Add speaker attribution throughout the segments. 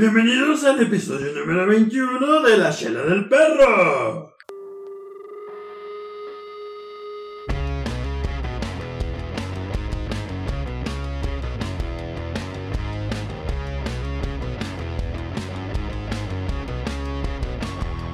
Speaker 1: Bienvenidos al episodio número 21 de La Chela del Perro.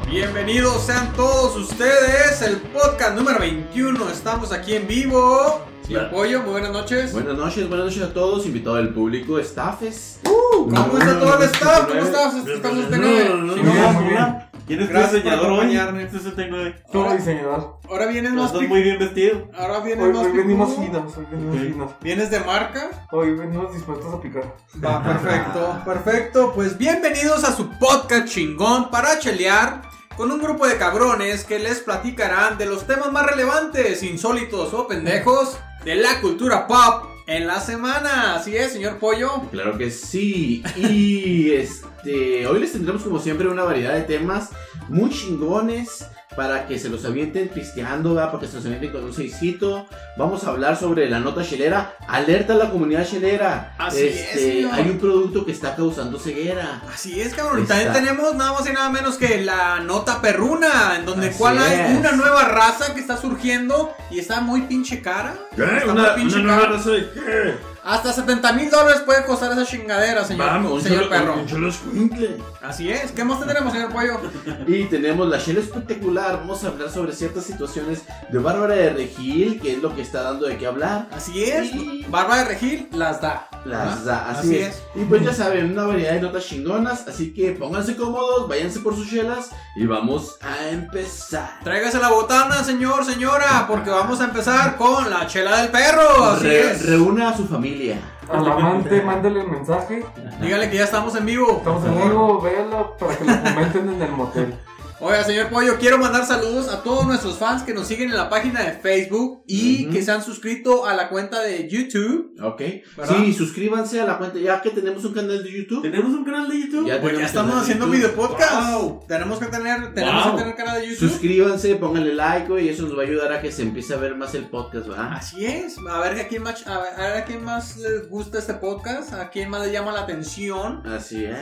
Speaker 2: Bienvenidos sean todos ustedes, el podcast número 21. Estamos aquí en vivo. Sin
Speaker 1: Claro.
Speaker 2: pollo, muy buenas noches.
Speaker 3: Buenas noches, buenas noches a todos, invitado del público, estafes.
Speaker 2: Uh, ¿Cómo está todo el staff? ¿Cómo estás? este ¿Estamos
Speaker 1: Bienvenido.
Speaker 2: teniendo?
Speaker 1: Muy bien,
Speaker 4: muy bien. ¿Quién este es tu
Speaker 2: Gracias por
Speaker 4: diseñador hoy?
Speaker 2: acompañarme.
Speaker 4: Este es el tema de-
Speaker 2: Ahora-
Speaker 4: Los
Speaker 5: diseñador.
Speaker 2: Ahora vienes más
Speaker 4: dos
Speaker 2: pic-
Speaker 4: muy bien vestidos.
Speaker 2: Ahora vienes
Speaker 5: Hoy,
Speaker 2: más
Speaker 5: hoy venimos
Speaker 2: picudo.
Speaker 5: finos, hoy venimos
Speaker 4: Ok.
Speaker 5: finos.
Speaker 2: ¿Vienes de marca?
Speaker 5: Hoy venimos dispuestos a picar.
Speaker 2: Va, perfecto, perfecto. Pues bienvenidos a su podcast chingón para chelear con un grupo de cabrones que les platicarán de los temas más relevantes, insólitos o pendejos de la cultura pop en la semana. Así es, señor Pollo.
Speaker 3: Claro que sí. Y este, hoy les tendremos como siempre una variedad de temas muy chingones para que se los avienten pisteando, ¿verdad? para que se los avienten con un seisito. Vamos a hablar sobre la nota chelera. Alerta a la comunidad chelera. Este,
Speaker 2: Así es, señor.
Speaker 3: Hay un producto que está causando ceguera.
Speaker 2: Así es, cabrón. Y
Speaker 3: Está.
Speaker 2: también tenemos nada más y nada menos que la nota perruna, en donde
Speaker 3: Así
Speaker 2: cual hay
Speaker 3: es.
Speaker 2: una nueva raza que está surgiendo y está muy pinche cara.
Speaker 1: ¿Qué?
Speaker 2: Está
Speaker 1: Eh, ¿Una,
Speaker 2: muy pinche
Speaker 1: una nueva
Speaker 2: cara.
Speaker 1: raza de qué?
Speaker 2: Hasta 70 mil dólares puede costar esa chingadera, señor,
Speaker 1: Vamos, un
Speaker 2: señor
Speaker 1: cholo-
Speaker 2: perro.
Speaker 1: Un cholo escuincle.
Speaker 2: Así es. ¿Qué más tendremos, señor pollo?
Speaker 3: Y tenemos la Shell espectacular. Vamos a hablar sobre ciertas situaciones de Bárbara de Regil, que es lo que está dando de qué hablar.
Speaker 2: Así es.
Speaker 3: Sí.
Speaker 2: Barba de Regil las da.
Speaker 3: Las
Speaker 2: Ah,
Speaker 3: da, así,
Speaker 2: así
Speaker 3: es. Y pues ya saben, una variedad de notas chingonas, así que pónganse cómodos, váyanse por sus chelas y vamos a empezar.
Speaker 2: Tráigase la botana, señor, señora, porque vamos a empezar con la chela del perro. Oh, Así
Speaker 3: Re-
Speaker 2: es.
Speaker 3: Reúna a su familia.
Speaker 5: Al amante, mándale el mensaje.
Speaker 2: Dígale que ya estamos en vivo.
Speaker 5: Estamos en vivo, véalo para que lo comenten en el motel.
Speaker 2: Oiga, señor Pollo, quiero mandar saludos a todos nuestros fans que nos siguen en la página de Facebook y
Speaker 3: Ujú.
Speaker 2: que se han suscrito a la cuenta de YouTube.
Speaker 3: ¿Ok?
Speaker 2: ¿Verdad?
Speaker 3: Sí, suscríbanse a la cuenta, ya que tenemos un canal de YouTube.
Speaker 4: ¿Tenemos un canal de YouTube?
Speaker 3: Ya
Speaker 2: Pues
Speaker 3: tenemos
Speaker 2: ya estamos
Speaker 3: canal de
Speaker 2: haciendo
Speaker 3: YouTube.
Speaker 2: video podcast.
Speaker 4: Wow.
Speaker 2: Tenemos que tener, tenemos
Speaker 4: Wow.
Speaker 2: que tener canal de YouTube.
Speaker 3: Suscríbanse, pónganle like, güey, y eso nos va a ayudar a que se empiece a ver más el podcast, ¿verdad?
Speaker 2: Así es. A ver, a quién más, a ver a quién más les gusta este podcast, a quién más le llama la atención.
Speaker 3: Así es.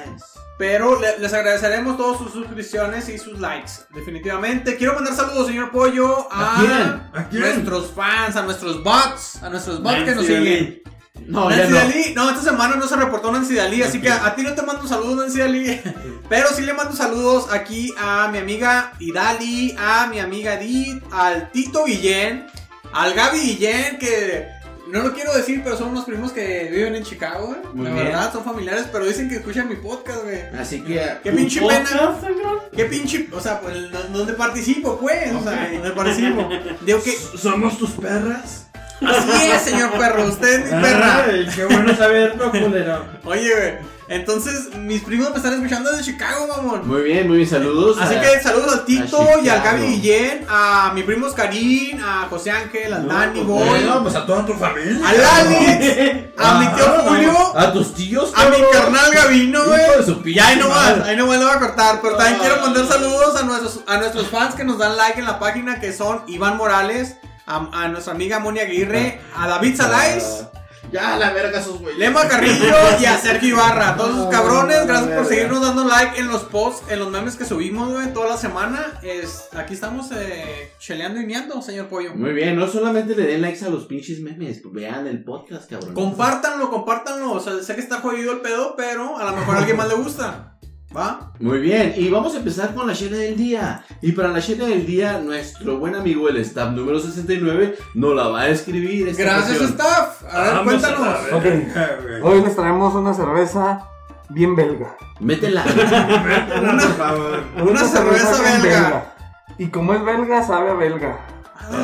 Speaker 2: Pero le- les agradeceremos todas sus suscripciones y sus likes. Definitivamente. Quiero mandar saludos, señor Pollo, a,
Speaker 3: ¿A quién?
Speaker 1: ¿A quién?
Speaker 2: nuestros fans, a nuestros bots, a nuestros bots que nos
Speaker 4: Nancy
Speaker 2: siguen.
Speaker 4: Dalí.
Speaker 3: No, ya
Speaker 2: Nancy
Speaker 3: no.
Speaker 2: Dalí, no, esta semana no se reportó Nancy Dalí, así que a ti no te mando saludos, Nancy Dalí. Pero sí le mando saludos aquí a mi amiga Idali, a mi amiga Edith, al Tito Guillén, al Gaby Guillén, que no lo quiero decir, pero son unos primos que viven en Chicago, güey.
Speaker 3: Muy
Speaker 2: La
Speaker 3: bien.
Speaker 2: verdad, son familiares, pero dicen que escuchan mi podcast, güey.
Speaker 3: Así que
Speaker 2: Qué pinche
Speaker 4: ¿Un
Speaker 2: pena.
Speaker 4: podcast, señor?
Speaker 2: Qué pinche. O sea, pues, no- ¿dónde participo, pues? O sea, ¿dónde participo? Digo que.
Speaker 1: ¿Somos tus perras?
Speaker 2: Así es, señor perro, usted es mi
Speaker 3: Ah,
Speaker 2: perra.
Speaker 1: Ay, qué bueno saberlo, culero.
Speaker 2: Oye, güey. Entonces, mis primos me están escuchando desde Chicago, mamón.
Speaker 3: muy bien, muy bien, saludos.
Speaker 2: Así
Speaker 3: a-
Speaker 2: que saludos al Tito
Speaker 3: a
Speaker 2: y al
Speaker 3: Chicago.
Speaker 2: Gaby Guillén, a mi primo Oscarín, a José Ángel, al
Speaker 4: No,
Speaker 2: Dani
Speaker 4: pues,
Speaker 2: Boy,
Speaker 1: Bueno, pues a toda tu familia.
Speaker 2: al Alex, a mi tío
Speaker 3: Ah,
Speaker 2: Julio,
Speaker 3: A tus tíos.
Speaker 2: a mi
Speaker 3: cabrón.
Speaker 2: carnal Gavino, güey.
Speaker 3: Hijo de su
Speaker 2: Y ahí nomás,
Speaker 3: madre.
Speaker 2: ahí nomás lo voy a cortar. Pero también
Speaker 3: Ah.
Speaker 2: quiero mandar saludos a nuestros, a nuestros fans que nos dan like en la página, que son Iván Morales, a, a nuestra amiga Moni Aguirre, a David Salais,
Speaker 3: Ya, la verga esos güeyes.
Speaker 2: Lema Carrillo y a Sergio Ibarra. Todos sus cabrones, gracias por seguirnos dando like en los posts, en los memes que subimos, güey, toda la semana. Es, aquí estamos eh, cheleando y meando, señor Pollo.
Speaker 3: Muy bien, no solamente le den likes a los pinches memes, vean el podcast, cabrón.
Speaker 2: Compártanlo, compártanlo. O sea, sé que está jodido el pedo, pero a lo mejor a alguien más le gusta. ¿Va?
Speaker 3: Muy bien, y vamos a empezar con la chela del día. Y para la chela del día, nuestro buen amigo, el staff número 69, nos la va a escribir. esta
Speaker 2: Gracias,
Speaker 3: ocasión.
Speaker 2: staff. A ver,
Speaker 1: Vamos
Speaker 2: cuéntanos.
Speaker 1: a la verga, güey.
Speaker 5: Hoy les traemos una cerveza bien belga.
Speaker 3: Métela.
Speaker 1: Métela, por favor.
Speaker 2: Una cerveza
Speaker 5: bien
Speaker 2: belga.
Speaker 5: Y como es belga, sabe a belga.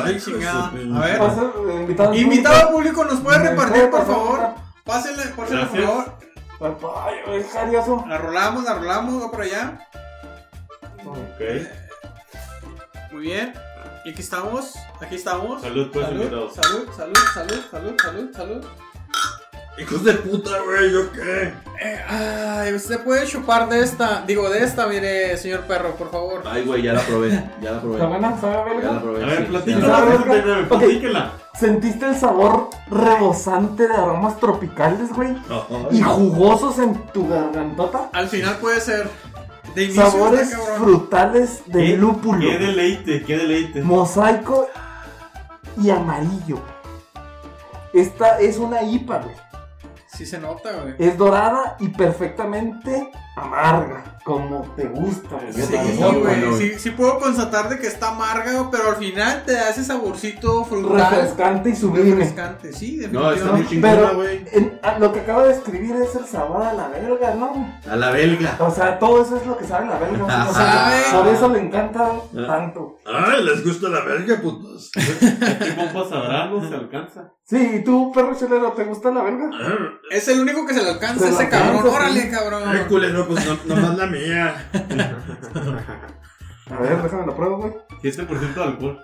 Speaker 2: Ay, chingada.
Speaker 1: Ay,
Speaker 2: A ver.
Speaker 5: Pasa, eh, invitado al
Speaker 2: Invitado al público, ¿nos puede
Speaker 5: ¿Me
Speaker 2: repartir,
Speaker 5: puede
Speaker 2: por
Speaker 5: pasar
Speaker 2: favor?
Speaker 5: una?
Speaker 2: Pásenle, pásenle, por
Speaker 4: Gracias.
Speaker 2: favor.
Speaker 5: público. Ay, es carioso.
Speaker 2: La rolamos, la rolamos, va por allá.
Speaker 4: Ok.
Speaker 2: Muy bien. Y aquí estamos, aquí estamos.
Speaker 4: Salud, pues,
Speaker 2: salud,
Speaker 4: invitados.
Speaker 2: salud, salud, salud, salud, salud, salud.
Speaker 1: Hijos de puta, güey, ¿yo qué?
Speaker 2: Eh, ay, usted puede chupar de esta. Digo, de esta, mire, señor perro, por favor.
Speaker 3: Ay, güey, ya la probé. Ya la probé.
Speaker 5: ¿Está buena? ¿Sabe,
Speaker 3: Ya la
Speaker 5: verga?
Speaker 3: probé.
Speaker 4: A ver,
Speaker 3: Pues, sí,
Speaker 4: platícala,
Speaker 3: sí, ya la probé.
Speaker 5: verga.
Speaker 4: platícala,
Speaker 5: Ok.
Speaker 4: platícala.
Speaker 5: ¿Sentiste el sabor rebosante de aromas tropicales, güey? Y jugosos en tu gargantota.
Speaker 2: Al final puede ser. De inicio está
Speaker 5: Sabores
Speaker 2: cabrón.
Speaker 5: frutales de
Speaker 4: ¿Qué-
Speaker 5: lúpulo,
Speaker 4: Qué deleite, qué deleite.
Speaker 5: mosaico y amarillo. Esta es una IPA, güey.
Speaker 2: Sí se nota, güey.
Speaker 5: Es dorada y perfectamente amarga, como te gusta. güey.
Speaker 3: Sí,
Speaker 2: Sí,
Speaker 3: está bueno,
Speaker 2: güey.
Speaker 3: güey.
Speaker 2: Sí, sí puedo constatar de que está amarga, pero al final te da ese saborcito frutal.
Speaker 5: Refrescante y sublime.
Speaker 2: Refrescante, sí,
Speaker 3: No, está muy
Speaker 2: definitivamente.
Speaker 3: chingona,
Speaker 5: Pero-
Speaker 3: güey.
Speaker 5: En- a- lo que acaba de escribir es el sabor a la verga, ¿no?
Speaker 3: A la belga.
Speaker 5: O sea, todo eso es lo que sabe la verga. O sea,
Speaker 2: Sabe.
Speaker 5: por eso le encanta tanto.
Speaker 1: Ay, les gusta la verga, putos.
Speaker 4: ¿Qué pompa sabrá? No se alcanza.
Speaker 5: Sí, ¿y tú, perro chelero, te gusta la verga?
Speaker 1: Ah,
Speaker 2: Es el único que se le alcanza
Speaker 5: Se le
Speaker 2: ese cabrón.
Speaker 5: alcanza,
Speaker 2: Órale,
Speaker 5: sí.
Speaker 1: Ay,
Speaker 2: cabrón.
Speaker 1: culero, pues no, nomás la mía.
Speaker 5: A ver, déjame la prueba, güey.
Speaker 4: 7% de alcohol.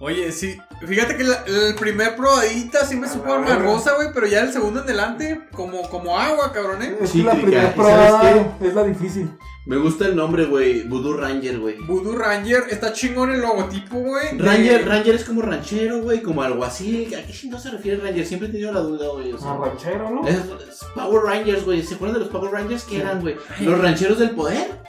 Speaker 2: Oye, sí. Fíjate que la- el primer probadita sí me
Speaker 5: A
Speaker 2: supo
Speaker 5: la verga.
Speaker 2: amargosa, güey, pero ya el segundo en adelante, como, como agua, cabrón, eh.
Speaker 5: Es que
Speaker 3: Sí,
Speaker 5: la
Speaker 3: que-
Speaker 5: primera
Speaker 3: que- ¿sabes
Speaker 5: prueba es la difícil.
Speaker 3: Me gusta el nombre, güey. Voodoo Ranger, güey.
Speaker 2: Voodoo Ranger, está chingón el logotipo, güey. de-
Speaker 3: Ranger, Ranger es como ranchero, güey, como alguacil. ¿A qué chingado se refiere Ranger? Siempre he tenido la duda, güey. o sea.
Speaker 5: A ranchero, ¿no?
Speaker 3: Es- es Power Rangers, güey. ¿Se acuerdan de los Power Rangers que eran, güey? ¿Los rancheros del poder?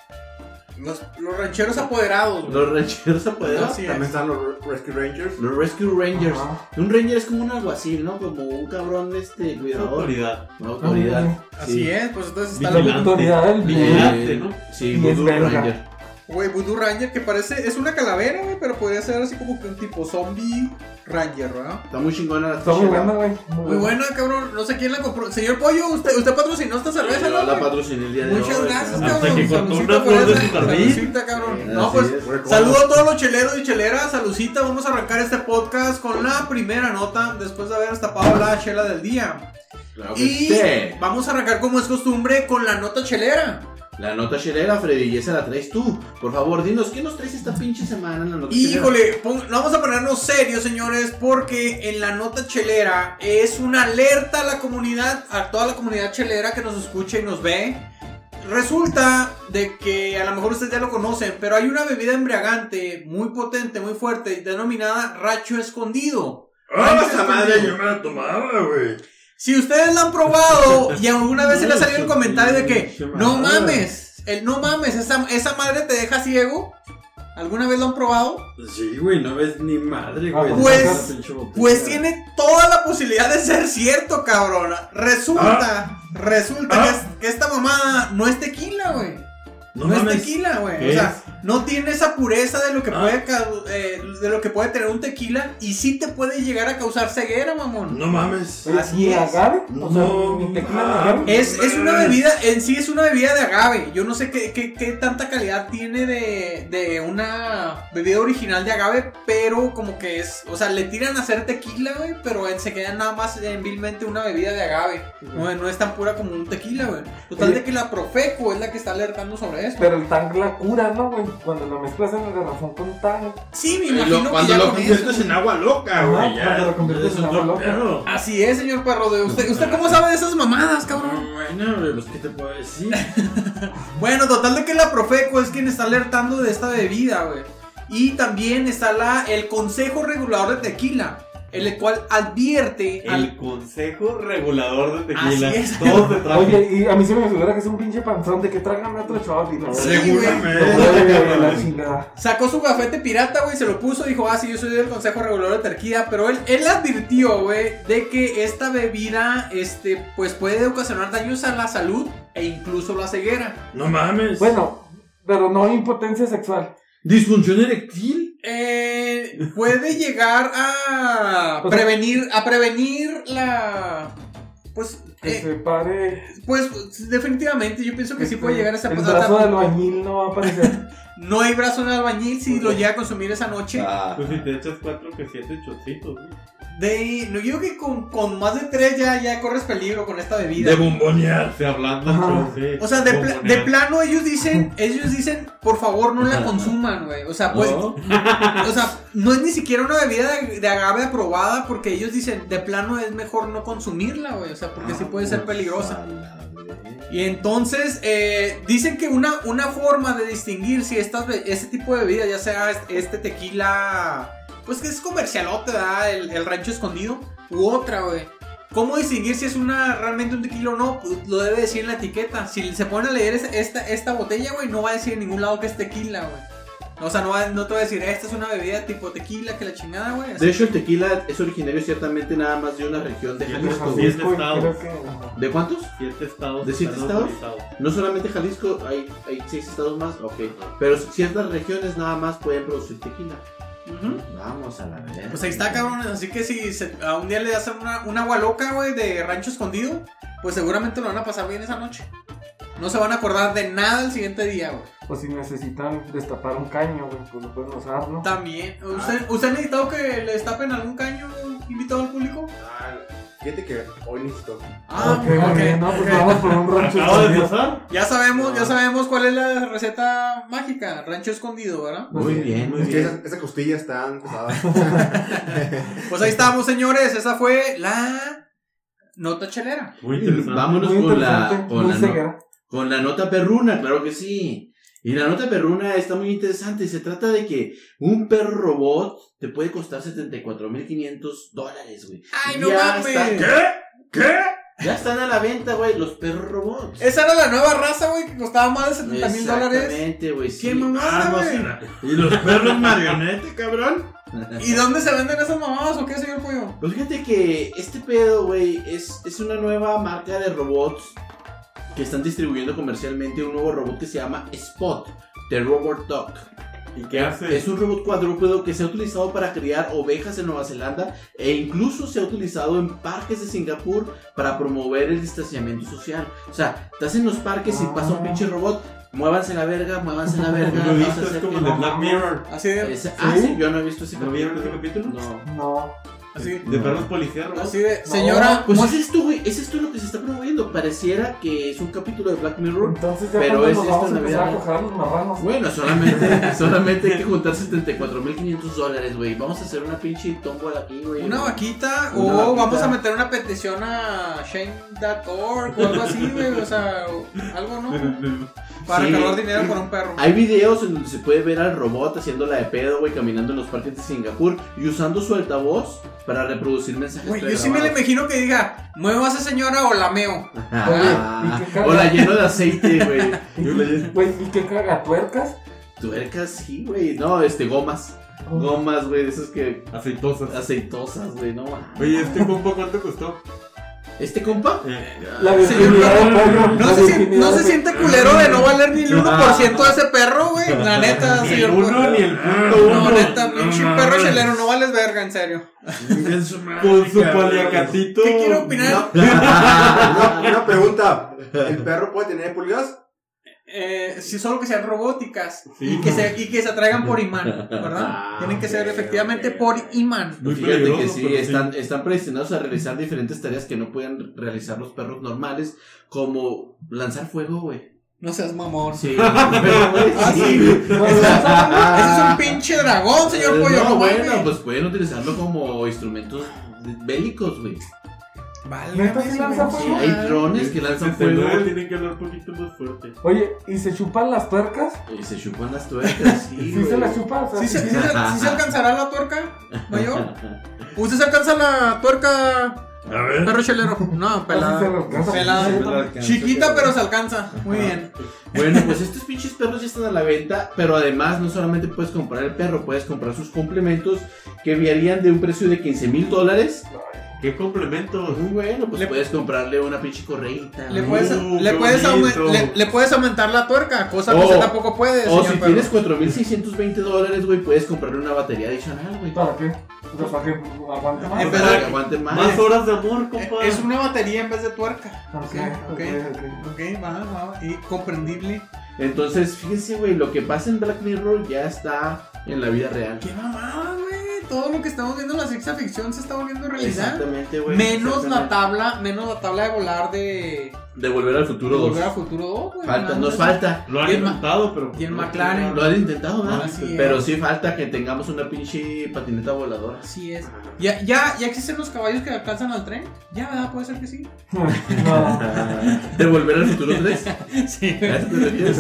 Speaker 2: Los, los rancheros apoderados, güey.
Speaker 3: Los rancheros del poder.
Speaker 2: Así es.
Speaker 1: están los Rescue Rangers.
Speaker 3: Los Rescue Rangers.
Speaker 5: Ajá.
Speaker 3: Un ranger es como un alguacil, ¿no? Como un cabrón este cuidador.
Speaker 4: Autoridad.
Speaker 3: Una
Speaker 5: Ah,
Speaker 3: autoridad. Eh,
Speaker 2: Así es, pues entonces está
Speaker 5: La
Speaker 2: la.
Speaker 4: Vigilante.
Speaker 5: autoridad del bien.
Speaker 4: Vigilante, ¿no?
Speaker 3: Sí,
Speaker 5: Y es
Speaker 3: Voodoo
Speaker 5: verga.
Speaker 3: Ranger.
Speaker 2: Güey, Voodoo Ranger que parece. Es una calavera, güey, pero podría ser así como que un tipo zombie Ranger, ¿verdad?
Speaker 3: Está muy chingona la
Speaker 5: Está muy buena, güey.
Speaker 2: Muy buena, cabrón. No sé quién la compró. Señor Pollo, usted, usted patrocinó esta cerveza,
Speaker 3: Yo la
Speaker 2: ¿no? güey?
Speaker 3: patrociné el día de hoy.
Speaker 2: Muchas gracias,
Speaker 3: cabrón.
Speaker 2: cabrón.
Speaker 4: Hasta que cortó
Speaker 2: Saludcita
Speaker 4: una
Speaker 2: por
Speaker 4: flor de
Speaker 2: esa-
Speaker 4: su jardín.
Speaker 2: saludcita, cabrón. No,
Speaker 3: Así
Speaker 2: pues.
Speaker 3: es.
Speaker 2: Saludo a todos los cheleros y cheleras, salucita, vamos a arrancar este podcast con la primera nota después de haber destapado la chela del día.
Speaker 3: Claro que
Speaker 2: Y
Speaker 3: sí.
Speaker 2: vamos a arrancar como es costumbre con la nota chelera.
Speaker 3: La nota chelera, Freddy, y esa la traes tú. Por favor, dinos, ¿qué nos traes esta pinche semana en la nota chelera?
Speaker 2: Híjole, pon- no vamos a ponernos serios, señores, porque en la nota chelera es una alerta a la comunidad, a toda la comunidad chelera que nos escucha y nos ve. Resulta de que a lo mejor ustedes ya lo conocen, pero hay una bebida embriagante muy potente, muy fuerte, denominada racho escondido.
Speaker 1: ¡Ah, esa madre yo me la tomaba, güey!
Speaker 2: Si ustedes la han probado y alguna vez se les ha salido el comentario de que no mames, el no mames, esa, esa madre te deja ciego, ¿alguna vez lo han probado?
Speaker 4: Pues
Speaker 1: Sí, güey, no ves ni madre,
Speaker 5: Ah,
Speaker 1: güey.
Speaker 2: Pues-
Speaker 1: Pinche botella.
Speaker 2: Pues tiene toda la posibilidad de ser cierto, cabrón. Resulta, resulta
Speaker 1: Ah.
Speaker 2: que, es- que esta mamada no es tequila, güey. No,
Speaker 1: No
Speaker 2: es
Speaker 1: mames.
Speaker 2: tequila, güey.
Speaker 4: ¿Qué
Speaker 2: O sea, no tiene esa pureza de lo que
Speaker 1: Ah.
Speaker 2: puede cau- eh, de lo que puede tener un tequila y sí te puede llegar a causar ceguera, mamón.
Speaker 1: No mames.
Speaker 5: Oye,
Speaker 2: Así
Speaker 5: ¿Y
Speaker 2: es.
Speaker 5: agave? O sea,
Speaker 1: No,
Speaker 5: ¿ni tequila ni
Speaker 1: ah.
Speaker 5: agave?
Speaker 2: Es, es una bebida, en sí es una bebida de agave. Yo no sé qué, qué- qué tanta calidad tiene de, de una bebida original de agave, pero como que es, o sea, le tiran a hacer tequila, güey, pero en- se queda nada más en vilmente una bebida de agave. No, no es tan pura como un tequila, güey. Total
Speaker 5: Oye.
Speaker 2: de que la Profeco es la que está alertando sobre esto.
Speaker 5: Pero el tang la cura, ¿no, güey? Cuando lo mezclas en el garrafón con tang.
Speaker 2: Sí, me
Speaker 3: Lo-
Speaker 2: imagino que
Speaker 3: cuando
Speaker 2: ya
Speaker 3: lo
Speaker 2: con eso-
Speaker 1: Conviertes en agua loca, güey.
Speaker 5: Ajá, cuando
Speaker 1: Ya.
Speaker 5: lo conviertes
Speaker 1: Es
Speaker 5: en
Speaker 1: otro
Speaker 5: agua loca.
Speaker 1: pedo.
Speaker 2: Así es, señor perro de usted. ¿Usted cómo sabe de esas mamadas, cabrón?
Speaker 1: Bueno, güey, pues, ¿qué te puedo decir?
Speaker 2: Bueno, total de que la Profeco es quien está alertando de esta bebida, güey. Y también está la, el Consejo Regulador de Tequila, el cual advierte
Speaker 4: El
Speaker 2: al...
Speaker 4: consejo regulador de tequila.
Speaker 2: Así es.
Speaker 4: Todos de traje.
Speaker 5: Oye, y a mí se me figura que es un pinche panzón de que trágame otro shot y la
Speaker 2: Sí,
Speaker 5: verga.
Speaker 1: Seguramente.
Speaker 5: Ay, la chingada.
Speaker 2: Sacó su gafete pirata, güey, se lo puso, dijo, ah, sí, yo soy del Consejo Regulador de Tequila, pero él, él advirtió, güey, de que esta bebida, este, pues puede ocasionar daños a la salud e incluso la ceguera.
Speaker 1: No mames.
Speaker 5: Bueno, pero no impotencia sexual.
Speaker 1: Disfunción erectil.
Speaker 2: Eh, puede llegar a
Speaker 5: O sea-
Speaker 2: prevenir, a prevenir la... Pues...
Speaker 5: Que
Speaker 2: eh,
Speaker 5: se pare. este,
Speaker 6: Este,
Speaker 2: Pues definitivamente pues, yo pienso que sí puede llegar a esa
Speaker 5: El
Speaker 2: a esa-
Speaker 5: brazo del bañil no va a aparecer.
Speaker 2: no hay brazo en el albañil si lo llega a consumir esa noche.
Speaker 6: Ah,
Speaker 4: Pues si te echas cuatro que siete chocitos, güey.
Speaker 2: De, no, yo creo que con, con más de tres ya, ya corres peligro con esta bebida.
Speaker 1: De bombonear.
Speaker 4: Se hablando, pues,
Speaker 5: Ajá.
Speaker 2: O sea, de, pla- de plano ellos dicen, ellos dicen, por favor no la
Speaker 6: Ajá.
Speaker 2: consuman, güey. O
Speaker 3: Ah,
Speaker 2: sea, pues,
Speaker 6: ¿no?
Speaker 2: o sea, no es ni siquiera una bebida de, de agave aprobada porque ellos dicen, de plano es mejor no consumirla, güey. O sea, porque
Speaker 6: Ah,
Speaker 2: sí puede
Speaker 4: Ah,
Speaker 2: ser peligrosa. Y entonces eh, dicen que una, una forma de distinguir si estas, be- este tipo de bebida, ya sea es- este tequila, pues que es comercialote, ¿verdad? El, el rancho escondido, u otra, güey. ¿Cómo distinguir si es una realmente un tequila o no? Pues, Lo debe decir en la etiqueta. Si se ponen a leer es- esta, esta botella, güey, no va a decir en ningún lado que es tequila, güey. O sea, no, va- no te va a decir, esta es una bebida tipo tequila, que la chingada, güey.
Speaker 3: De
Speaker 2: Así.
Speaker 3: hecho, el tequila es originario ciertamente nada más de una región de
Speaker 4: Sí,
Speaker 3: Jalisco.
Speaker 4: sí.
Speaker 3: güey.
Speaker 4: Siete estados.
Speaker 5: ajá.
Speaker 3: ¿De cuántos?
Speaker 4: Siete estados.
Speaker 3: ¿De siete
Speaker 4: están
Speaker 3: estados?
Speaker 4: autorizados.
Speaker 3: No solamente Jalisco, hay, hay seis estados más, ok. Pero ciertas regiones nada más pueden producir tequila.
Speaker 2: Ujú.
Speaker 3: Vamos a la verga.
Speaker 2: ¿Mm? Pues ahí está, cabrones. Así que si se- a un día le hacen una, una agua loca, güey, de rancho escondido, pues seguramente lo van a pasar bien esa noche. No se van a acordar de nada el siguiente día, güey.
Speaker 5: O si necesitan destapar un caño, güey, pues lo pueden usar, ¿no?
Speaker 2: También.
Speaker 5: Ah.
Speaker 2: ¿Usted, ¿Usted ha necesitado que le destapen algún caño invitado al público?
Speaker 6: Ah, Fíjate que hoy listo.
Speaker 2: Ah,
Speaker 5: ok, muy
Speaker 2: ok,
Speaker 5: bien, no, pues
Speaker 2: ok.
Speaker 5: vamos por Ah. un rancho
Speaker 4: Acabo de
Speaker 5: escondido.
Speaker 4: pasar.
Speaker 2: Ya sabemos, ya
Speaker 6: No.
Speaker 2: sabemos cuál es la receta mágica, rancho escondido, ¿verdad?
Speaker 3: Muy bien, muy
Speaker 6: Es que
Speaker 3: bien.
Speaker 6: esa, esa costilla está pesada.
Speaker 2: Pues ahí estamos, señores. Esa fue la nota chelera.
Speaker 4: Muy interesante.
Speaker 3: Vámonos
Speaker 5: Muy
Speaker 3: con la,
Speaker 5: interesante,
Speaker 3: con,
Speaker 5: muy
Speaker 3: la no-
Speaker 5: ceguera.
Speaker 3: con la nota perruna, claro que sí. Y la nota perruna está muy interesante. Se trata de que un perro robot te puede costar 74.500 dólares, güey.
Speaker 2: ¡Ay, no
Speaker 3: Ya
Speaker 2: mames!
Speaker 3: está.
Speaker 1: ¿Qué? ¿Qué?
Speaker 3: Ya están a la venta, güey, los perros robots.
Speaker 2: Esa era la nueva raza, güey, que costaba más de 70 mil dólares.
Speaker 3: Exactamente, güey. sí.
Speaker 2: ¡Qué mamada,
Speaker 1: Ah, no
Speaker 2: güey!
Speaker 1: será. ¿Y los perros marionetes, cabrón?
Speaker 2: ¿Y dónde se venden esas mamadas o qué, señor Pollo?
Speaker 3: Pues fíjate que este pedo, güey, es, es una nueva marca de robots que están distribuyendo comercialmente un nuevo robot que se llama Spot, The Robot Dog.
Speaker 4: ¿Y qué hace?
Speaker 3: Es un robot cuadrúpedo que se ha utilizado para criar ovejas en Nueva Zelanda e incluso se ha utilizado en parques de Singapur para promover el distanciamiento social. O sea, estás en los parques y pasa un pinche robot, muévanse la verga, muévanse la verga.
Speaker 4: Lo
Speaker 3: no se
Speaker 4: visto, es como
Speaker 3: acerquen.
Speaker 4: el de Black Mirror.
Speaker 2: Así de,
Speaker 3: Ese- ah, sí, yo no he visto ese
Speaker 4: ¿No vieron ese capítulo?
Speaker 3: No.
Speaker 5: No.
Speaker 2: así,
Speaker 4: De perros policías, ¿no?
Speaker 2: así de, señora,
Speaker 3: Pues
Speaker 2: mu-
Speaker 3: es esto, güey, es esto lo que se está promoviendo. Pareciera que es un capítulo de Black Mirror.
Speaker 5: Entonces ya
Speaker 3: Pero
Speaker 5: cuando
Speaker 3: es
Speaker 5: nos
Speaker 3: esta
Speaker 5: vamos a empezar a
Speaker 3: Navidad.
Speaker 5: coger los marranos.
Speaker 3: Bueno, solamente, solamente hay que juntar 74.500 dólares, güey. Vamos a hacer una pinche tómbola aquí, güey.
Speaker 2: una vaquita
Speaker 3: Una
Speaker 2: o
Speaker 3: vaquita.
Speaker 2: vamos a meter una petición a shame.org o algo así, güey, o sea, o- algo, ¿no? Para
Speaker 3: Sí.
Speaker 2: acabar dinero por un perro.
Speaker 3: Hay videos en donde se puede ver al robot haciéndola de pedo, güey, caminando en los parques de Singapur y usando su altavoz para reproducir mensajes.
Speaker 2: Güey, yo sí me la
Speaker 3: pregrabados.
Speaker 2: imagino que diga, mueva a esa señora o la meo.
Speaker 3: Ah,
Speaker 5: Oye, ¿y qué
Speaker 3: o la
Speaker 5: cara?
Speaker 3: lleno de aceite, güey. Yo le-
Speaker 5: Güey, ¿y qué cagatuercas?
Speaker 3: Tuercas, sí, güey. No, este, gomas.
Speaker 5: Oh.
Speaker 3: Gomas, güey, de esas que
Speaker 4: Aceitosas.
Speaker 3: aceitosas, güey, no. mames.
Speaker 4: Oye, ¿este compa cuánto costó?
Speaker 3: ¿Este compa? ah,
Speaker 4: Eh,
Speaker 5: La virginidad del perro.
Speaker 2: No
Speaker 5: la
Speaker 2: se, sien-
Speaker 5: virginidad
Speaker 2: no se
Speaker 5: del-
Speaker 2: siente culero de no valer ni el 1% de ese perro, güey. La neta,
Speaker 4: Ni el
Speaker 2: señor
Speaker 4: uno
Speaker 2: Pollo.
Speaker 4: ni el punto
Speaker 2: Ah, No,
Speaker 4: uno.
Speaker 2: neta,
Speaker 1: No
Speaker 2: pinche
Speaker 1: mames.
Speaker 2: perro chelero, no vales verga, en serio.
Speaker 1: Chingue su madre,
Speaker 4: Con su
Speaker 1: cabrón.
Speaker 4: paliacatito.
Speaker 2: ¿Qué quiero opinar?
Speaker 6: una, una pregunta. ¿El perro puede tener pulgas?
Speaker 2: Eh, sí, solo que sean robóticas
Speaker 4: Sí.
Speaker 2: y, que se, y que se atraigan por imán, ¿verdad?
Speaker 3: Ah,
Speaker 2: Tienen que ser
Speaker 6: ok,
Speaker 2: efectivamente
Speaker 6: ok.
Speaker 2: por imán.
Speaker 4: Muy
Speaker 3: Fíjate
Speaker 4: peligroso.
Speaker 3: que sí,
Speaker 4: pero
Speaker 3: están, están predestinados a realizar diferentes tareas que no pueden realizar los perros normales, como lanzar fuego, güey.
Speaker 2: No seas mamón.
Speaker 3: Sí, pero, güey,
Speaker 2: Ah,
Speaker 3: sí.
Speaker 2: sí.
Speaker 5: No,
Speaker 2: Ese
Speaker 5: no,
Speaker 2: es un pinche dragón, señor pollo.
Speaker 3: Eh, No,
Speaker 2: no
Speaker 3: bueno,
Speaker 2: mames.
Speaker 3: pues pueden utilizarlo como instrumentos bélicos, güey.
Speaker 2: Válgame,
Speaker 5: ¿Neta sí lanza
Speaker 2: señor.
Speaker 5: fuego?
Speaker 3: Sí, hay drones que
Speaker 4: Se
Speaker 3: lanzan
Speaker 4: te
Speaker 3: fuego
Speaker 4: mueve, Este, tienen que hablar un poquito más fuerte.
Speaker 5: Oye, ¿y se chupan las tuercas?
Speaker 3: y se chupan las tuercas, sí,
Speaker 5: Sí se
Speaker 3: güey.
Speaker 5: las chupan.
Speaker 2: ¿Sí se, sí se- sí se alcanzará la tuerca mayor? ¿Usted se alcanza la tuerca,
Speaker 1: A ver.
Speaker 2: perro chelero? No,
Speaker 5: Así se lo
Speaker 2: pelada.
Speaker 5: alcanza.
Speaker 2: Pelada. Chiquita, pero se alcanza. Muy bien.
Speaker 3: Bueno, pues estos pinches perros ya están a la venta, pero además no solamente puedes comprar el perro, puedes comprar sus complementos que variarían de un precio de 15 mil dólares.
Speaker 4: ¿Qué complemento?
Speaker 3: Muy bueno, pues
Speaker 2: Le-
Speaker 3: puedes comprarle una pinche correita.
Speaker 2: Le
Speaker 3: ¿no?
Speaker 2: puedes,
Speaker 4: Uh,
Speaker 2: le,
Speaker 4: qué
Speaker 2: puedes aumen-
Speaker 4: bonito.
Speaker 2: le- le puedes aumentar la tuerca, cosa que
Speaker 3: Oh.
Speaker 2: usted tampoco puede.
Speaker 3: O
Speaker 2: señor
Speaker 3: si
Speaker 2: perro.
Speaker 3: tienes 4.620 dólares, güey, puedes comprarle una batería adicional,
Speaker 2: Eh,
Speaker 3: güey.
Speaker 5: ¿Para qué? O sea, ¿Para que aguante más?
Speaker 2: En vez
Speaker 3: Para
Speaker 2: de-
Speaker 3: que aguante más.
Speaker 4: Más horas de amor, compa.
Speaker 2: Eh, Es una batería en vez de tuerca.
Speaker 5: Ok,
Speaker 2: Ok,
Speaker 5: ok, ok.
Speaker 2: ok, va, va, y comprendible.
Speaker 3: Entonces, fíjense, güey, lo que pasa en Black Mirror ya está en la vida real.
Speaker 2: Qué mamada, güey. Todo lo que estamos viendo en la ciencia ficción se está volviendo realidad.
Speaker 3: Exactamente, güey.
Speaker 2: Menos la
Speaker 3: exactamente.
Speaker 2: tabla, menos la tabla de volar de,
Speaker 3: De volver al
Speaker 2: de
Speaker 3: futuro dos.
Speaker 2: volver a futuro. Oh, güey,
Speaker 3: Falta,
Speaker 2: nada
Speaker 3: nos
Speaker 2: más.
Speaker 3: falta.
Speaker 4: Lo han
Speaker 2: Y en Ma-
Speaker 4: inventado, pero.
Speaker 2: y en McLaren.
Speaker 3: Lo han intentado, ¿verdad?
Speaker 2: Así es.
Speaker 3: Pero sí falta que tengamos una pinche patineta voladora.
Speaker 2: Así es. ¿Ya, ya, ¿Ya existen los caballos que alcanzan al tren? Ya, ¿verdad? Puede ser que sí.
Speaker 5: No.
Speaker 3: ¿De volver al futuro 3?
Speaker 2: Sí.
Speaker 3: Así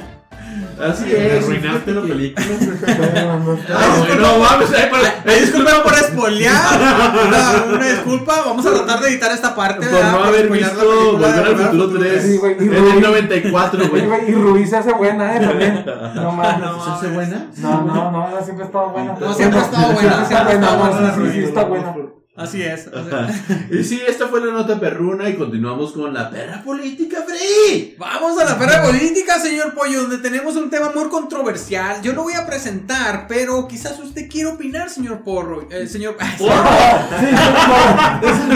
Speaker 4: Me
Speaker 3: es.
Speaker 4: arruinaste la película.
Speaker 5: Pero no está-
Speaker 3: Ah, güey, no mames, ay, por-
Speaker 2: Ay, disculpa por espolear. Una, una disculpa. Vamos a tratar de editar esta parte.
Speaker 3: Por
Speaker 2: ¿verdad?
Speaker 3: no haber
Speaker 2: spoilear la
Speaker 3: visto
Speaker 2: película de
Speaker 3: Volver al Futuro 3
Speaker 5: Sí, güey, y
Speaker 3: en
Speaker 5: Rubí.
Speaker 3: el 94,
Speaker 5: Oye,
Speaker 3: güey.
Speaker 5: güey, Y Rubí se hace buena, eh, también. No mames.
Speaker 3: ¿Se hace buena?
Speaker 5: No, no, no, no, siempre ha estado buena.
Speaker 2: No, siempre ha estado buena,
Speaker 5: Siempre
Speaker 2: siempre ha
Speaker 5: está
Speaker 2: estado
Speaker 5: buena,
Speaker 2: buena,
Speaker 5: sí, sí, sí, está buena.
Speaker 2: Así es. o sea,
Speaker 3: Y sí, esta fue la nota perruna y continuamos con la perra política, Free.
Speaker 2: Vamos a la perra política, señor Pollo, donde tenemos un tema muy controversial. Yo lo voy a presentar, pero quizás usted quiera opinar, señor Porro. eh, señor.
Speaker 5: Sí,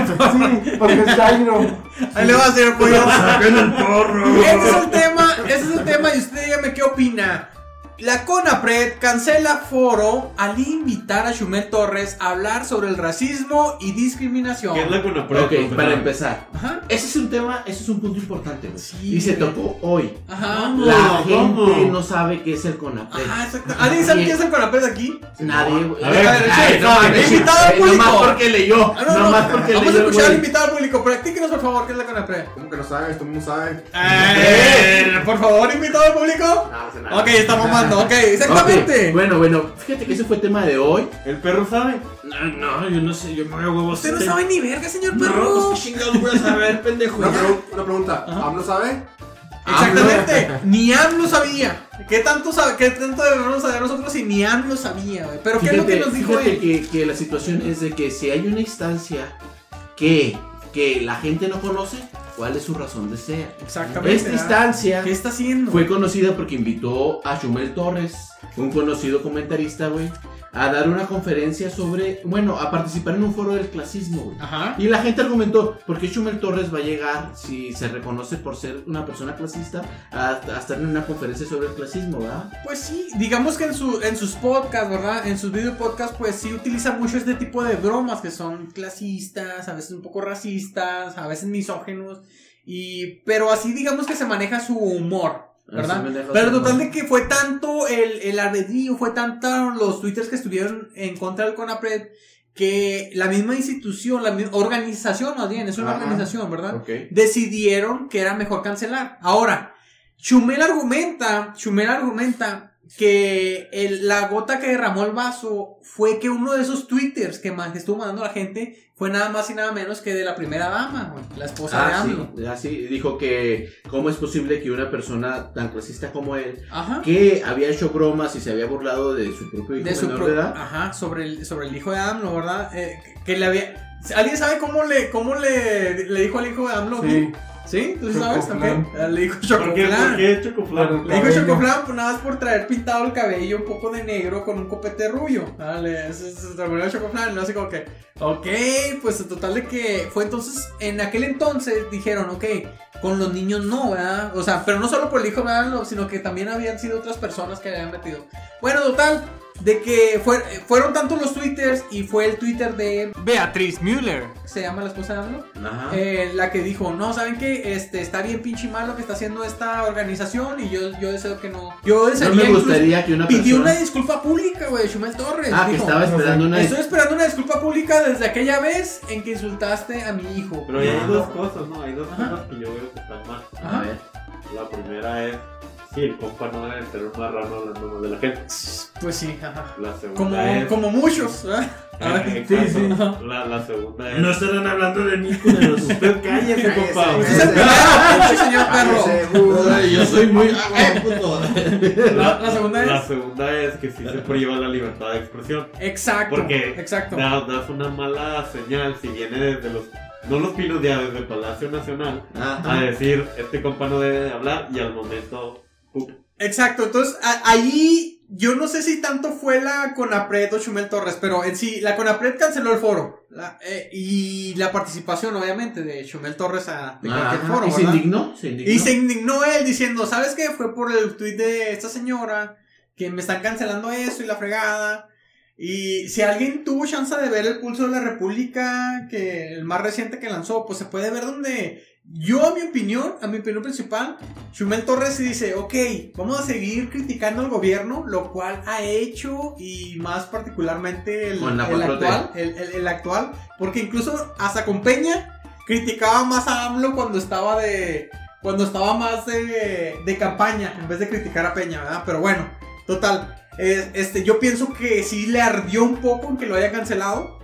Speaker 5: sí, porque es Jairo.
Speaker 2: Ahí le va, señor Pollo.
Speaker 1: ¡Saquen el porro!
Speaker 2: Ese es el tema, ese es el tema y usted dígame qué opina. La CONAPRED cancela foro al invitar a Shumel Torres a hablar sobre el racismo y discriminación.
Speaker 4: ¿Qué es la Conapred?
Speaker 3: Ok, para empezar.
Speaker 2: Ajá,
Speaker 3: Ese es un tema, ese es un punto importante, güey.
Speaker 2: Sí,
Speaker 3: y se
Speaker 2: güey.
Speaker 3: tocó hoy.
Speaker 2: ajá.
Speaker 4: Ah, No,
Speaker 3: la gente
Speaker 4: ¿cómo?
Speaker 3: no sabe qué es el CONAPRED.
Speaker 2: Ajá, exacto. ¿Alguien sabe qué es el CONAPRED aquí?
Speaker 3: Nadie, güey.
Speaker 4: A ver,
Speaker 3: Ay,
Speaker 2: ay,
Speaker 3: no,
Speaker 2: no,
Speaker 3: güey,
Speaker 2: invitado al
Speaker 3: güey, Nomás
Speaker 2: público.
Speaker 3: porque leyó.
Speaker 2: Ah, no, no,
Speaker 3: nomás porque leyó.
Speaker 2: Vamos a escuchar al
Speaker 3: güey.
Speaker 2: invitado al público. Practíquenos, por favor, qué es la CONAPRED.
Speaker 6: ¿Cómo que no sabes? Todo el mundo sabe.
Speaker 2: Eh, por favor, invitado al público.
Speaker 6: No, no sé nada.
Speaker 2: Ok, está mamando, ok,
Speaker 3: Ok,
Speaker 2: exactamente.
Speaker 3: Bueno, bueno, fíjate que ese fue tema de hoy.
Speaker 4: El perro sabe.
Speaker 1: No, no, yo no sé, yo me voy a huevos.
Speaker 2: Usted no
Speaker 1: Te-
Speaker 2: sabe ni verga, señor
Speaker 1: No,
Speaker 2: perro.
Speaker 1: pues, chingado voy a saber, pendejo.
Speaker 6: Una, pregu- una pregunta. ¿AMLO sabe?
Speaker 2: Exactamente, ni AMLO sabía. ¿Qué tanto, sabe, qué tanto debemos saber nosotros si ni AMLO sabía? güey? Pero ¿qué es lo que nos dijo
Speaker 3: fíjate
Speaker 2: él?
Speaker 3: que, que la situación es de que si hay una instancia que, que la gente no conoce, ¿cuál es su razón de ser?
Speaker 2: Exactamente.
Speaker 3: Esta
Speaker 2: ¿verdad?
Speaker 3: instancia
Speaker 2: ¿Qué está haciendo?
Speaker 3: este fue conocida porque invitó a Chumel Torres, un conocido comentarista, güey, a dar una conferencia sobre, bueno, a participar en un foro del clasismo, güey.
Speaker 2: Ajá.
Speaker 3: Y la gente argumentó, ¿por qué Chumel Torres va a llegar, si se reconoce por ser una persona clasista, a, a estar en una conferencia sobre el clasismo, ¿verdad?
Speaker 2: Pues sí, digamos que en, su, en sus podcasts, ¿verdad? En sus video podcasts, pues sí utiliza mucho este tipo de bromas que son clasistas, a veces un poco racistas, a veces misógenos. Y, pero así digamos que se maneja su humor, ¿verdad?
Speaker 3: Así me dejas
Speaker 2: Pero
Speaker 3: de-
Speaker 2: total de que fue tanto el, el albedrío, fue tanto los twitters que estuvieron en contra del CONAPRED que la misma institución, la misma organización, más bien, es una
Speaker 6: Ajá.
Speaker 2: organización, ¿verdad?
Speaker 3: Ok.
Speaker 2: Decidieron que era mejor cancelar. Ahora, Chumel argumenta, Chumel argumenta que el- la gota que derramó el vaso fue que uno de esos twitters que, más, que estuvo mandando la gente fue nada más y nada menos que de la primera dama, güey, la esposa de
Speaker 3: Ah,
Speaker 2: AMLO.
Speaker 3: sí, ah, sí, dijo que cómo es posible que una persona tan clasista como él,
Speaker 2: Ajá.
Speaker 3: que había hecho bromas y se había burlado de su propio hijo
Speaker 2: de su
Speaker 3: menor
Speaker 2: pro-
Speaker 3: de edad,
Speaker 2: ajá sobre el sobre el hijo de AMLO verdad Eh, que- que le había alguien sabe cómo le cómo le, le dijo al hijo de AMLO ¿Sí?
Speaker 5: Sí,
Speaker 2: tú sabes también
Speaker 5: Chocoflan.
Speaker 2: Eh, le dijo
Speaker 4: ¿Por qué? ¿Por
Speaker 2: chocoflan
Speaker 4: qué Chocoflan?
Speaker 5: Claro.
Speaker 2: le dijo
Speaker 5: Cabello.
Speaker 2: chocoflan pues, nada más por traer pintado el cabello un poco de negro con un copete rubio dale se, se terminó el chocoflan no así como que ok pues en total de que fue entonces en aquel entonces dijeron ok con los niños no, ¿verdad? O sea, pero no solo por el hijo de AMLO, sino que también habían sido otras personas que habían metido. Bueno, total, de que fue- fueron tantos los twitters y fue el twitter de Beatriz Müller, se llama la esposa de AMLO,
Speaker 3: Ajá.
Speaker 2: eh, la que dijo, no, ¿saben qué? Este, está bien pinche mal lo que está haciendo esta organización y yo, yo deseo que no... Yo
Speaker 3: no
Speaker 2: desearía
Speaker 3: me
Speaker 2: incluso-
Speaker 3: gustaría que una
Speaker 2: Pidió una
Speaker 3: persona
Speaker 2: disculpa pública, güey, Chumel Torres.
Speaker 3: ah que
Speaker 2: dijo,
Speaker 3: estaba esperando una
Speaker 2: Estoy esperando una disculpa pública desde aquella vez en que insultaste a mi hijo.
Speaker 4: Pero hay
Speaker 3: Ajá.
Speaker 4: dos cosas, ¿no? Hay dos
Speaker 2: Ajá.
Speaker 4: cosas que yo veo que están mal.
Speaker 2: Ah.
Speaker 3: a ver,
Speaker 4: La primera es, sí, el compa no debe tener un marrano hablando mal de la gente.
Speaker 2: Pues sí, ajá.
Speaker 4: La segunda
Speaker 2: Como,
Speaker 4: es...
Speaker 2: como muchos, ¿verdad? A ver.
Speaker 4: Eh,
Speaker 5: Sí,
Speaker 4: exacto.
Speaker 5: sí.
Speaker 4: La, la segunda es...
Speaker 1: No estarán hablando de mí, culeros.
Speaker 4: Usted cállese,
Speaker 6: Cállese,
Speaker 4: compa.
Speaker 2: Usted es el primero, pinche señor perro.
Speaker 6: Cállese, güey.
Speaker 3: yo soy muy
Speaker 2: La- la segunda es-
Speaker 4: La segunda es que sí se priva la libertad de expresión.
Speaker 2: Exacto.
Speaker 4: Porque-
Speaker 2: Exacto.
Speaker 4: Da- das una mala señal si viene desde los... No los pinos ya, desde el Palacio Nacional.
Speaker 3: Ah,
Speaker 4: A decir, este compa no debe de hablar y al momento... ¡pup!
Speaker 2: Exacto. Entonces, a- ahí yo no sé si tanto fue la Conapred o Chumel Torres, pero en sí, la Conapred canceló el foro. La- eh, y la participación, obviamente, de Chumel Torres a de cualquier
Speaker 3: Ajá,
Speaker 2: foro.
Speaker 3: ah, y se
Speaker 2: ¿verdad?
Speaker 3: indignó, se indignó.
Speaker 2: Y se indignó él diciendo, ¿sabes qué? Fue por el tweet de esta señora que me están cancelando eso y la fregada. Y si alguien tuvo chance de ver el pulso de la República, que el más reciente que lanzó, pues se puede ver donde yo, a mi opinión, a mi opinión principal, Chumel Torres sí dice, ok, vamos a seguir criticando al gobierno, lo cual ha hecho y más particularmente el,
Speaker 3: Con la
Speaker 2: el
Speaker 3: 4T.
Speaker 2: actual, el- el- el actual, porque incluso hasta con Peña criticaba más a AMLO cuando estaba de, cuando estaba más de, de campaña, en vez de criticar a Peña, ¿verdad? Pero bueno, total. eh, este, yo pienso que sí le ardió un poco en que lo haya cancelado.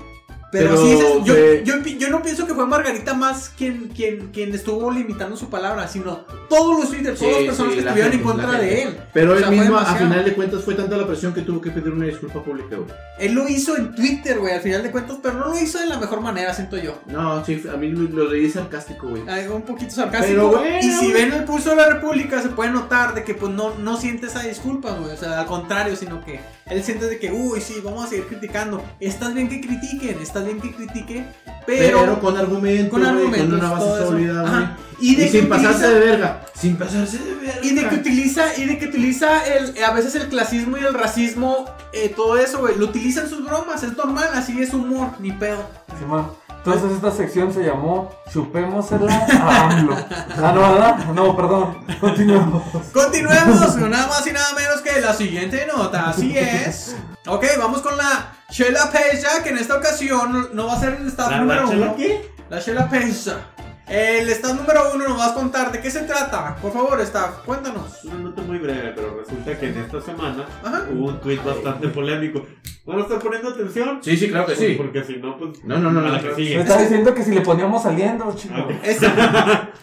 Speaker 2: Pero,
Speaker 3: Pero
Speaker 2: sí, es- yo,
Speaker 3: se-
Speaker 2: yo pi- yo no pienso que fue Margarita más quien, quien, quien estuvo limitando su palabra, sino todos los Twitter,
Speaker 3: Sí,
Speaker 2: todas las personas
Speaker 3: sí,
Speaker 2: que
Speaker 3: la
Speaker 2: estuvieron en
Speaker 3: gente, la
Speaker 2: contra de
Speaker 3: gente.
Speaker 2: él.
Speaker 3: Pero
Speaker 2: o
Speaker 3: él
Speaker 2: sea, fue
Speaker 3: mismo, a
Speaker 2: demasiado.
Speaker 3: final de cuentas, fue tanta la presión que tuvo que pedir una disculpa pública, güey.
Speaker 2: Él lo hizo en Twitter, güey, al final de cuentas, pero no lo hizo de la mejor manera, siento yo.
Speaker 3: No, sí, a mí lo, lo leí sarcástico, güey.
Speaker 2: algo un poquito sarcástico.
Speaker 3: Pero bueno,
Speaker 2: y
Speaker 3: güey.
Speaker 2: si ven el pulso de la República, se puede notar de que pues no, no siente esa disculpa, güey. O sea, al contrario, sino que él siente de que, uy, sí, vamos a seguir criticando. Estás bien que critiquen, estás bien que critiquen, pero,
Speaker 3: Pero, con argumentos,
Speaker 2: con
Speaker 3: güey,
Speaker 2: argumentos.
Speaker 3: con una
Speaker 2: todo
Speaker 3: base
Speaker 2: eso.
Speaker 3: sólida, güey.
Speaker 2: Ajá. Y de
Speaker 3: Y
Speaker 2: que
Speaker 3: sin
Speaker 2: utiliza-
Speaker 3: pasarse de verga. Sin pasarse de verga.
Speaker 2: y de que utiliza, y de que utiliza el, eh, a veces el clasismo y el racismo, eh, todo eso, güey. Lo utilizan sus bromas, es normal, así es humor, ni pedo.
Speaker 5: Simón. Entonces esta sección se llamó Chupémosela a AMLO. Ah, no, ¿verdad? No, perdón. Continuamos.
Speaker 2: Continuemos con nada más y nada menos que la siguiente nota, así es. Ok, vamos con la Shela Pesha, que en esta ocasión no va a ser el staff
Speaker 4: ¿La
Speaker 2: número
Speaker 4: Shela
Speaker 2: uno. La Shela Pesha. El staff número uno nos vas a contar de qué se trata. Por favor, staff, cuéntanos.
Speaker 4: Una nota muy breve, pero resulta que en esta semana
Speaker 2: Ajá.
Speaker 4: hubo un tweet bastante polémico. ¿Van a estar poniendo atención?
Speaker 3: Sí, sí, claro que sí.
Speaker 4: Porque si no, pues.
Speaker 3: No, no, no,
Speaker 4: a
Speaker 3: no.
Speaker 4: la que
Speaker 5: Me
Speaker 4: sigue. Ah,
Speaker 5: está diciendo que si le poníamos saliendo, chico.
Speaker 2: Este,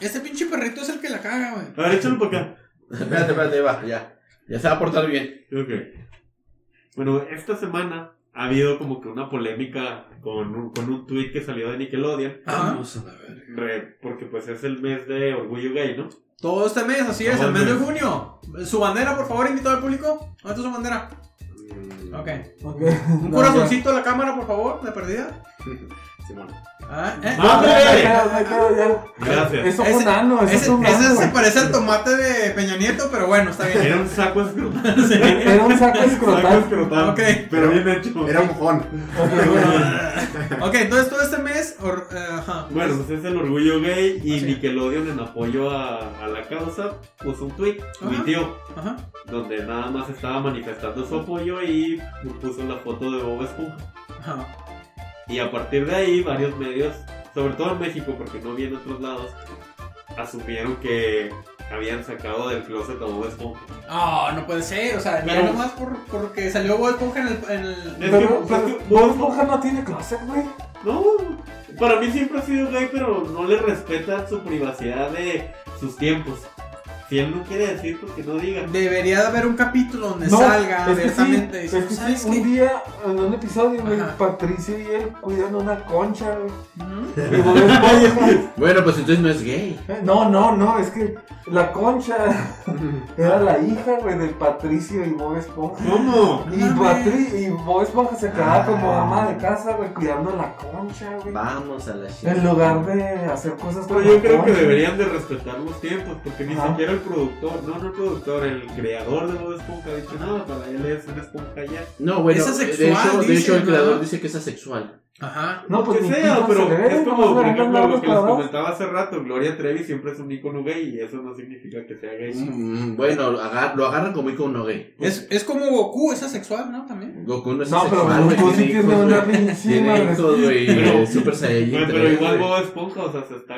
Speaker 2: este pinche perrito es el que la caga, güey.
Speaker 4: A ver, échalo para acá.
Speaker 3: Espérate, espérate, va, ya. Ya se va a portar bien.
Speaker 4: Ok. Bueno, esta semana ha habido como que una polémica con un, con un tweet que salió de Nickelodeon.
Speaker 2: Ajá.
Speaker 3: a la verga.
Speaker 4: re- porque pues es el mes de orgullo gay, ¿no?
Speaker 2: Todo este mes, así es,
Speaker 4: Todo
Speaker 2: el
Speaker 4: el
Speaker 2: mes de
Speaker 4: mes.
Speaker 2: junio. Su bandera, por favor, invitado al público. ¿Dónde está su bandera?
Speaker 4: Mm,
Speaker 2: Ok.
Speaker 5: Ok.
Speaker 2: Un
Speaker 5: No,
Speaker 2: corazoncito a la cámara, por favor, de perdida.
Speaker 4: Simón.
Speaker 2: Ah, eh.
Speaker 5: ya.
Speaker 4: ¡Madre!
Speaker 5: Ya, ya, ya, ya.
Speaker 4: Gracias.
Speaker 5: Eso fue
Speaker 2: Ese-
Speaker 5: un ano, eso
Speaker 2: Ese,
Speaker 5: fue un
Speaker 2: ese
Speaker 5: ano.
Speaker 2: se
Speaker 5: güey.
Speaker 2: parece al tomate de Peña Nieto, pero bueno, está bien.
Speaker 4: Era un saco escrotal.
Speaker 5: Era un saco
Speaker 4: Saco
Speaker 5: escrotal.
Speaker 4: escrotal.
Speaker 2: Ok.
Speaker 4: Pero bien hecho.
Speaker 6: Era un mojón.
Speaker 2: ok, entonces todo este mes. or- eh, ajá.
Speaker 4: Bueno, pues es el orgullo gay y
Speaker 2: Así.
Speaker 4: Nickelodeon en apoyo a, a la causa puso un tweet,
Speaker 2: Ajá.
Speaker 4: tuiteó,
Speaker 2: Ajá.
Speaker 4: donde nada más estaba manifestando su apoyo y puso la foto de Bob Esponja.
Speaker 2: ajá.
Speaker 4: Y a partir de ahí varios medios, sobre todo en México porque no vi en otros lados, asumieron que habían sacado del closet a Bob Esponja.
Speaker 2: Ah, no puede ser, o sea, ya
Speaker 4: Pero-
Speaker 2: nomás por, porque salió Bob Esponja en el. en el-
Speaker 4: Es
Speaker 5: Pero,
Speaker 4: que- es
Speaker 5: pero,
Speaker 4: que
Speaker 5: Bob
Speaker 4: Bob
Speaker 5: Esponja no tiene closet, güey.
Speaker 4: No, para mí siempre ha sido gay, pero no le respetan su privacidad de sus tiempos. Si él no quiere decir, pues que no diga.
Speaker 2: Debería de haber un capítulo donde
Speaker 5: No,
Speaker 2: salga
Speaker 5: es que sí,
Speaker 2: abiertamente.
Speaker 5: es
Speaker 2: diciendo,
Speaker 5: que
Speaker 2: "¿Sabes
Speaker 5: sí,
Speaker 2: qué?
Speaker 5: un día, en un episodio, güey,
Speaker 2: Ajá.
Speaker 5: Patricio y él cuidan una concha, güey.
Speaker 2: Ujú.
Speaker 5: Y Bob Esponja-
Speaker 3: Bueno, pues entonces no es gay.
Speaker 5: Eh, No, no, no, es que la concha era la hija, güey, de Patricio y Bob Esponja.
Speaker 4: ¿Cómo?
Speaker 5: Y,
Speaker 2: Mames.
Speaker 5: Patri- y Bob Esponja se quedaba
Speaker 3: Ah.
Speaker 5: como ama de casa, güey, cuidando la concha, güey.
Speaker 3: Vamos a la
Speaker 5: En lugar de hacer cosas
Speaker 4: No,
Speaker 5: con
Speaker 4: yo
Speaker 5: la
Speaker 4: creo que
Speaker 5: concha.
Speaker 4: deberían de respetar los tiempos, porque ni
Speaker 5: Ajá.
Speaker 4: siquiera el productor, no, no el productor, el creador de Bob Esponja ha dicho nada, para él es una esponja ya.
Speaker 3: No, bueno,
Speaker 2: Es
Speaker 3: de
Speaker 2: asexual,
Speaker 3: hecho, de
Speaker 2: dice,
Speaker 3: hecho el
Speaker 2: ¿no?
Speaker 3: creador dice que es asexual.
Speaker 2: Ajá.
Speaker 5: No, pues
Speaker 4: que
Speaker 5: ni
Speaker 4: sea,
Speaker 5: pito
Speaker 4: pero
Speaker 5: se le ve,
Speaker 4: es
Speaker 5: nomás
Speaker 4: como, por
Speaker 5: le andan
Speaker 4: ejemplo,
Speaker 5: largos
Speaker 4: lo que les
Speaker 5: para abajo.
Speaker 4: comentaba hace rato, Gloria Trevi siempre es un ícono gay y eso no significa que sea gay.
Speaker 3: Mm, bueno, agar- lo agarran como icono gay.
Speaker 2: Es, es como Goku, es asexual, ¿no? También.
Speaker 3: Goku no es
Speaker 5: No, pero
Speaker 3: asexual, güey.
Speaker 5: Goku sí
Speaker 3: tiene
Speaker 5: tiene
Speaker 3: hijos,
Speaker 5: una
Speaker 3: güey.
Speaker 5: pinche
Speaker 3: Tiene
Speaker 5: madre.
Speaker 3: hijos, güey.
Speaker 4: Pero-
Speaker 3: es Super Saiyajin.
Speaker 4: Bueno, pero
Speaker 3: tres,
Speaker 4: igual
Speaker 3: güey.
Speaker 4: Bob Esponja, o sea, se está,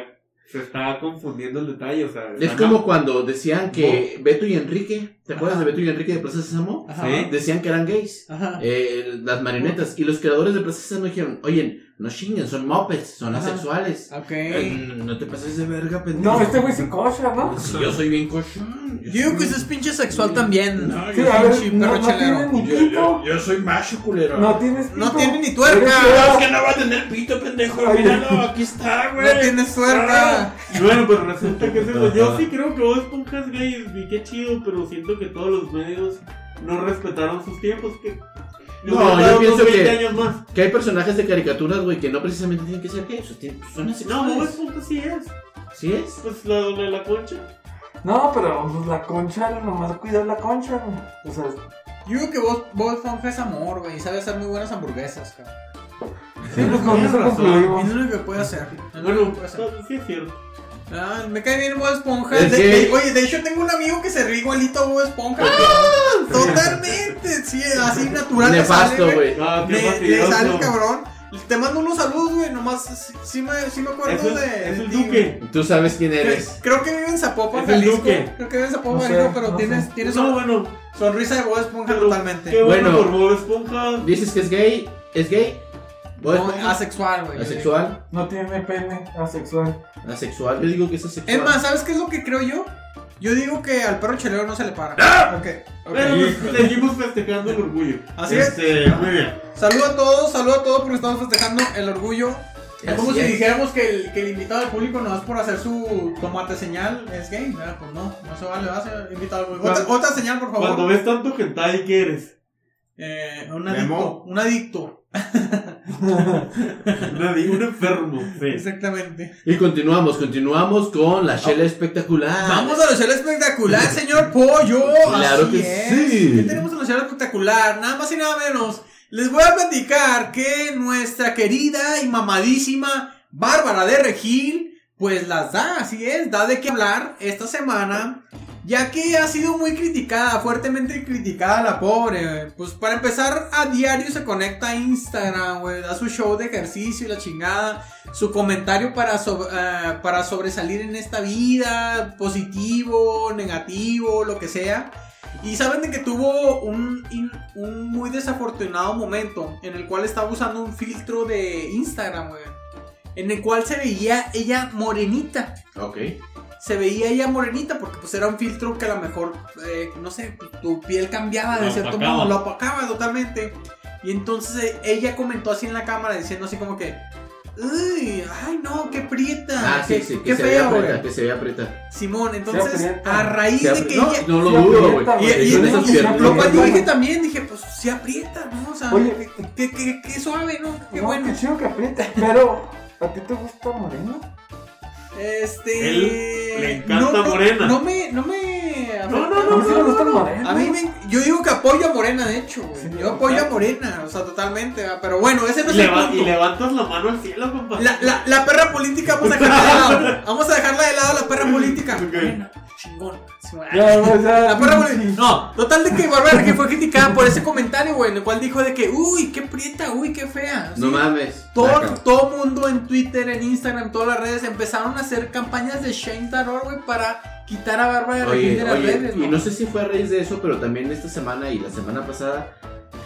Speaker 4: se está confundiendo el detalle, o sea.
Speaker 3: Es
Speaker 4: la-
Speaker 3: como cuando decían que Beto y Enrique, ¿te acuerdas
Speaker 2: Ajá.
Speaker 3: de Beto y Enrique de Plaza Sésamo?
Speaker 2: Ajá.
Speaker 4: Sí.
Speaker 3: Decían que eran gays.
Speaker 2: Ajá.
Speaker 3: eh, las marionetas. Y los creadores de Plaza no dijeron, oye, no chinguen, son mopeds, son
Speaker 2: Ajá.
Speaker 3: asexuales.
Speaker 2: Ok.
Speaker 3: Eh, no te pases de verga, pendejo.
Speaker 5: No, este güey sí cocha, ¿no?
Speaker 3: Si yo soy bien cochón.
Speaker 2: Yo digo que ese es pinche sexual también.
Speaker 1: No,
Speaker 5: Sí,
Speaker 1: yo,
Speaker 5: a
Speaker 2: pinche
Speaker 5: ver, no, no
Speaker 2: perro
Speaker 5: tiene
Speaker 2: chelero.
Speaker 5: ni
Speaker 1: yo- yo-
Speaker 5: pito.
Speaker 1: yo soy macho, culero.
Speaker 5: No tienes pito.
Speaker 2: No tiene ni
Speaker 5: Eres
Speaker 2: tuerca.
Speaker 1: Es
Speaker 5: feo.
Speaker 1: que no va a tener pito, pendejo.
Speaker 5: Ay.
Speaker 1: Míralo, aquí está, güey.
Speaker 2: No tiene tuerca.
Speaker 4: Y bueno, pues resulta que es eso. Yo sí creo que Bob Esponja es gay y qué chido, pero siento que todos los medios no respetaron sus tiempos. Que
Speaker 3: No,
Speaker 4: hubieran
Speaker 3: yo
Speaker 4: dado unos
Speaker 3: pienso
Speaker 4: 20
Speaker 3: que-
Speaker 4: años más.
Speaker 3: Que hay personajes de caricaturas, güey, que no precisamente tienen que ser gays. o sea, tienen- Son así.
Speaker 4: No, Bob Esponja sí es.
Speaker 3: ¿Sí es?
Speaker 4: Pues la dona de la concha.
Speaker 5: No, pero pues, la concha, nomás cuidar la concha, güey. O sea,
Speaker 2: Yo creo que vos, vos Esponja es amor, güey. Y sabe hacer muy buenas hamburguesas, cabrón.
Speaker 5: sí, pues con
Speaker 4: Tienes
Speaker 5: eso
Speaker 4: razón.
Speaker 5: concluimos.
Speaker 2: Es lo único que puede hacer. Es lo único
Speaker 4: Bueno,
Speaker 2: que puede hacer.
Speaker 4: pues sí es cierto.
Speaker 2: Ah, me cae bien Bob Esponja.
Speaker 3: Es
Speaker 2: De-
Speaker 3: que-
Speaker 2: de- oye, de hecho tengo un amigo que se ríe igualito a Bob Esponja. Totalmente, sí, así natural. le sale,
Speaker 3: Nefasto, güey.
Speaker 4: Ah, qué
Speaker 2: Le, le
Speaker 4: fastidioso.
Speaker 2: sale el cabrón. Te mando unos saludos, güey. Nomás sí, sí me, sí me acuerdo
Speaker 4: Es el,
Speaker 2: de.
Speaker 4: es
Speaker 2: de
Speaker 4: el
Speaker 2: ti, güey.
Speaker 4: duque.
Speaker 3: Tú sabes quién
Speaker 2: Creo,
Speaker 3: eres.
Speaker 2: creo que vive en Zapopan,
Speaker 4: Es el
Speaker 2: Jalisco.
Speaker 4: Duque.
Speaker 2: Creo que vive en Zapopan,
Speaker 5: No sé,
Speaker 2: Jalisco, pero
Speaker 5: no
Speaker 2: tienes,
Speaker 5: sé.
Speaker 2: tienes
Speaker 4: No,
Speaker 2: son-
Speaker 4: bueno.
Speaker 2: sonrisa de Bob Esponja
Speaker 4: Pero-
Speaker 2: totalmente.
Speaker 4: Qué bueno,
Speaker 3: Bueno.
Speaker 4: por Bob Esponja.
Speaker 3: Dices que es gay. ¿Es gay? ¿Vos
Speaker 2: No, asexual, güey.
Speaker 3: ¿Asexual?
Speaker 5: No tiene pene asexual.
Speaker 3: ¿Asexual? Yo digo que es asexual.
Speaker 2: Es más, ¿sabes qué es lo que creo yo? Yo digo que al perro chelero no se le para. Ok, ok.
Speaker 4: Pero pues, seguimos festejando el orgullo.
Speaker 2: Así es.
Speaker 4: este, Muy bien.
Speaker 2: Saludo a todos, saludo a todos porque estamos festejando el orgullo. Es como
Speaker 3: Así
Speaker 2: si
Speaker 3: es.
Speaker 2: dijéramos que el, que el invitado del público no es por hacer su tomate señal, es gay, ¿verdad? Pues no, no se vale, va a ser invitado al público. Otra,
Speaker 4: Cuando-
Speaker 2: otra señal, por favor.
Speaker 4: Cuando ves tanto hentai, ¿qué eres?
Speaker 2: Eh, un
Speaker 6: Memo.
Speaker 2: adicto, un adicto,
Speaker 4: Nadie, un enfermo. Sí.
Speaker 2: exactamente.
Speaker 3: Y continuamos, continuamos con la Shela espectacular.
Speaker 2: Vamos a la chela espectacular, señor Pollo.
Speaker 3: Claro
Speaker 2: Así
Speaker 3: que
Speaker 2: es.
Speaker 3: sí.
Speaker 2: ¿Qué tenemos en la chela espectacular? Nada más y nada menos. Les voy a platicar que nuestra querida y mamadísima Bárbara de Regil, pues las da, así es, da de qué hablar esta semana. Ya que ha sido muy criticada, fuertemente criticada la pobre, güey. Pues para empezar, a diario se conecta a Instagram, güey. Da su show de ejercicio y la chingada. Su comentario para, so- eh, para sobresalir en esta vida, positivo, negativo, lo que sea. Y saben de que tuvo un, in- un muy desafortunado momento en el cual estaba usando un filtro de Instagram, güey. En el cual se veía ella morenita
Speaker 3: Ok.
Speaker 2: se veía ella morenita porque pues era un filtro que a lo mejor, eh, no sé, tu piel cambiaba de
Speaker 4: La
Speaker 2: cierto
Speaker 4: opacaba.
Speaker 2: modo, la opacaba totalmente. Y entonces eh, ella comentó así en la cámara diciendo así como que, "Uy, ay no, qué prieta,
Speaker 3: Ah,
Speaker 2: qué,
Speaker 3: sí, sí, que
Speaker 2: qué
Speaker 3: se vea
Speaker 2: feo,
Speaker 3: aprieta,
Speaker 2: güey.
Speaker 3: que se vea aprieta.
Speaker 2: Simón, entonces
Speaker 5: aprieta.
Speaker 2: a raíz
Speaker 3: Se
Speaker 2: de
Speaker 3: apri-
Speaker 2: que
Speaker 3: no,
Speaker 2: ella...
Speaker 3: no lo
Speaker 5: Sí
Speaker 3: dudo, güey.
Speaker 5: aprieta,
Speaker 2: Y- y-
Speaker 3: Son esas
Speaker 5: Sí
Speaker 3: piernas.
Speaker 2: Lo cual yo
Speaker 5: güey.
Speaker 2: dije también, dije, pues sí aprieta, ¿no? O sea,
Speaker 5: Oye.
Speaker 2: qué, qué- qué suave, ¿no? Qué
Speaker 5: No,
Speaker 2: bueno.
Speaker 5: Qué chido que aprieta. Pero, ¿a ti te gusta moreno?
Speaker 2: Este...
Speaker 4: Él le encanta
Speaker 2: no, no,
Speaker 4: morena.
Speaker 2: No me... No me...
Speaker 4: No,
Speaker 5: A mí sí me gustan
Speaker 2: A mí
Speaker 5: morenos.
Speaker 2: me, yo digo que apoyo a Morena, de hecho. güey.
Speaker 5: Sí,
Speaker 2: yo apoyo a
Speaker 5: claro.
Speaker 2: Morena, o sea, totalmente. ¿verdad? Pero bueno, ese no es
Speaker 4: Y,
Speaker 2: el
Speaker 4: leva-
Speaker 2: punto.
Speaker 4: y levantas la mano al cielo, compa.
Speaker 2: La, la, la perra política vamos a dejarla de lado. Vamos a dejarla de lado la perra política.
Speaker 4: Ok.
Speaker 2: Morena, chingón.
Speaker 5: Ya, güey, ya,
Speaker 2: La perra
Speaker 5: sí.
Speaker 2: política. No, total de que Bárbara que fue criticada por ese comentario, güey, en el cual dijo de que, uy, qué prieta, uy, qué fea.
Speaker 3: No
Speaker 2: Sí.
Speaker 3: mames.
Speaker 2: Todo,
Speaker 3: Saca.
Speaker 2: todo mundo en Twitter, en Instagram, todas las redes empezaron a hacer campañas de Shane Tarot, güey, para quitar a Bárbara de Regil
Speaker 3: Oye,
Speaker 2: de las
Speaker 3: oye,
Speaker 2: redes.
Speaker 3: y no sé si fue a raíz de eso, pero también esta semana y la semana pasada,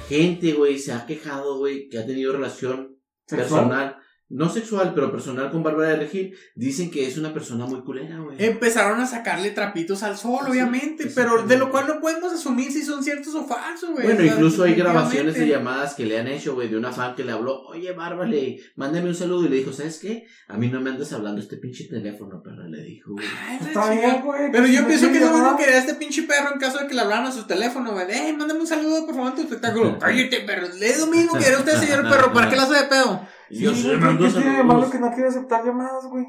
Speaker 3: gente, güey, se ha quejado, güey, que ha tenido relación
Speaker 5: Sexual.
Speaker 3: personal, no sexual, pero personal con Bárbara de Regil. Dicen que es una persona muy culera, güey.
Speaker 2: Empezaron a sacarle trapitos al sol,
Speaker 3: Sí,
Speaker 2: obviamente,
Speaker 3: sí,
Speaker 2: pero
Speaker 3: sí.
Speaker 2: de lo cual no podemos asumir si son ciertos o falsos, güey.
Speaker 3: Bueno,
Speaker 2: pues, O sea,
Speaker 3: incluso hay grabaciones de
Speaker 2: definitivamente.
Speaker 3: llamadas que le han hecho, güey, de una fan que le habló, oye, Bárbara, le- mándame un saludo. Y le dijo, ¿sabes qué? A mí no me andes hablando este pinche teléfono, perra, le dijo, güey.
Speaker 2: Ay, la
Speaker 5: Está
Speaker 2: chingada.
Speaker 5: bien, güey.
Speaker 2: Pero yo
Speaker 5: me
Speaker 2: pienso que es lo
Speaker 5: llamaba.
Speaker 2: mismo que haría este pinche perro en caso de que le hablaran a su teléfono, güey. de, Hey, mándame un saludo, por favor, en tu espectáculo. Cállate, perro. Es lo mismo que era usted, señor perro. ¿Para qué la hace de pedo?
Speaker 5: Sí,
Speaker 1: Yo
Speaker 5: güey,
Speaker 1: sé,
Speaker 3: eh,
Speaker 5: ¿qué-
Speaker 1: mando
Speaker 5: ¿Qué tiene de malo
Speaker 1: saludos.
Speaker 5: que no quiere aceptar llamadas, güey?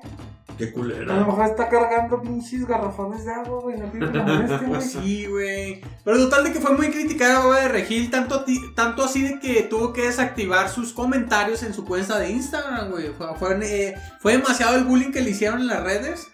Speaker 1: Qué
Speaker 5: A lo
Speaker 1: culera.
Speaker 5: mejor está cargando pinches garrafones de agua, güey. No tiene que la molestia, güey.
Speaker 2: Sí, güey. Pero total de que fue muy criticada la obra de Regil, tanto, a ti- tanto así de que tuvo que desactivar sus comentarios en su cuenta de Instagram, güey. Fue, fue, eh, fue demasiado el bullying que le hicieron en las redes.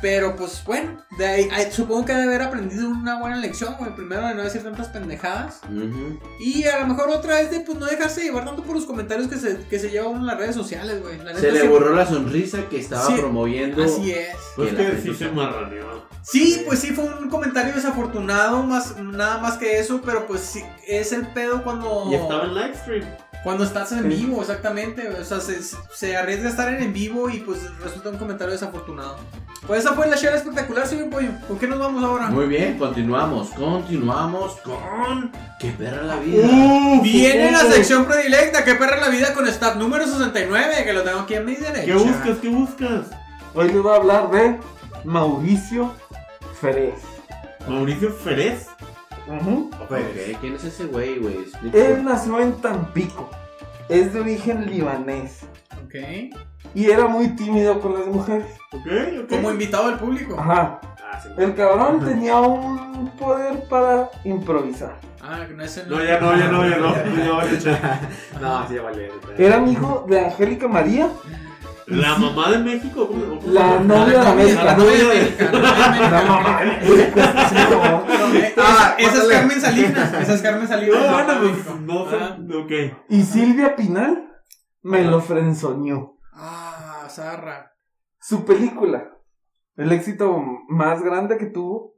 Speaker 2: Pero pues bueno, de ahí- ahí supongo que ha de haber aprendido una buena lección, güey. Primero de no decir tantas pendejadas.
Speaker 3: Ujú.
Speaker 2: Y a lo mejor otra es de pues no dejarse llevar tanto por los comentarios que se, que se lleva uno en las redes sociales, güey. La
Speaker 3: Se
Speaker 2: neta,
Speaker 3: le
Speaker 2: sí-
Speaker 3: borró la sonrisa que estaba
Speaker 2: Sí,
Speaker 3: promoviendo.
Speaker 2: Así es.
Speaker 4: Pues
Speaker 3: Que
Speaker 4: que
Speaker 3: la
Speaker 4: sí
Speaker 3: gente-
Speaker 4: se marraneó.
Speaker 2: Sí, pues sí, fue un comentario desafortunado, más, nada más que eso, pero pues sí, es el pedo cuando,
Speaker 4: Y estaba en live stream.
Speaker 2: cuando estás en
Speaker 5: Sí.
Speaker 2: vivo, exactamente. O sea, se, se arriesga a estar en, en vivo y pues resulta un comentario desafortunado. Pues esa fue la share espectacular, señor Pollo. ¿Con qué nos vamos ahora?
Speaker 3: Muy bien, continuamos, continuamos con... ¡Qué perra la vida!
Speaker 4: ¡Uh!
Speaker 2: Viene la
Speaker 4: supongo.
Speaker 2: sección predilecta, que perra la vida con staff número 69, que lo tengo aquí a mi derecha.
Speaker 4: ¿Qué buscas? ¿Qué buscas?
Speaker 5: Hoy les voy a hablar de Mauricio Ferez.
Speaker 4: Mauricio Ferez.
Speaker 5: Ujú.
Speaker 3: Ok, Pues, ¿Quién es ese güey, güey?
Speaker 2: Eh,
Speaker 5: Él
Speaker 3: Explícame.
Speaker 5: nació en Tampico. Es de origen libanés.
Speaker 2: Ok.
Speaker 5: Y era muy tímido con las mujeres.
Speaker 4: Ok, ok.
Speaker 2: Como invitado al público.
Speaker 5: Ajá.
Speaker 4: Ah, sí.
Speaker 5: El cabrón tenía un poder para improvisar.
Speaker 2: Ah, que no es el.
Speaker 4: No, ya no, ya no, ya no. Ya vale, ya. No, sí, ya vale. ya.
Speaker 5: Era amigo de Angélica María,
Speaker 4: La mamá de México, ¿cómo- cómo-
Speaker 5: la
Speaker 4: cómo-
Speaker 5: novia de la
Speaker 2: América.
Speaker 5: mezcla.
Speaker 2: La novia de América, la novia de
Speaker 5: La
Speaker 2: América.
Speaker 5: mamá. Sí,
Speaker 2: Pero, eh,
Speaker 6: Ah,
Speaker 2: esa, esa es
Speaker 6: pásale.
Speaker 2: Carmen Salinas. Esa es Carmen Salinas. Ah,
Speaker 4: No,
Speaker 2: la
Speaker 4: bueno,
Speaker 2: de
Speaker 4: pues
Speaker 2: México.
Speaker 4: no sé. Ok.
Speaker 5: Y Silvia Pinal me lo frenzoñó.
Speaker 2: Ah, ah, Zarra.
Speaker 5: Su película, el éxito más grande que tuvo,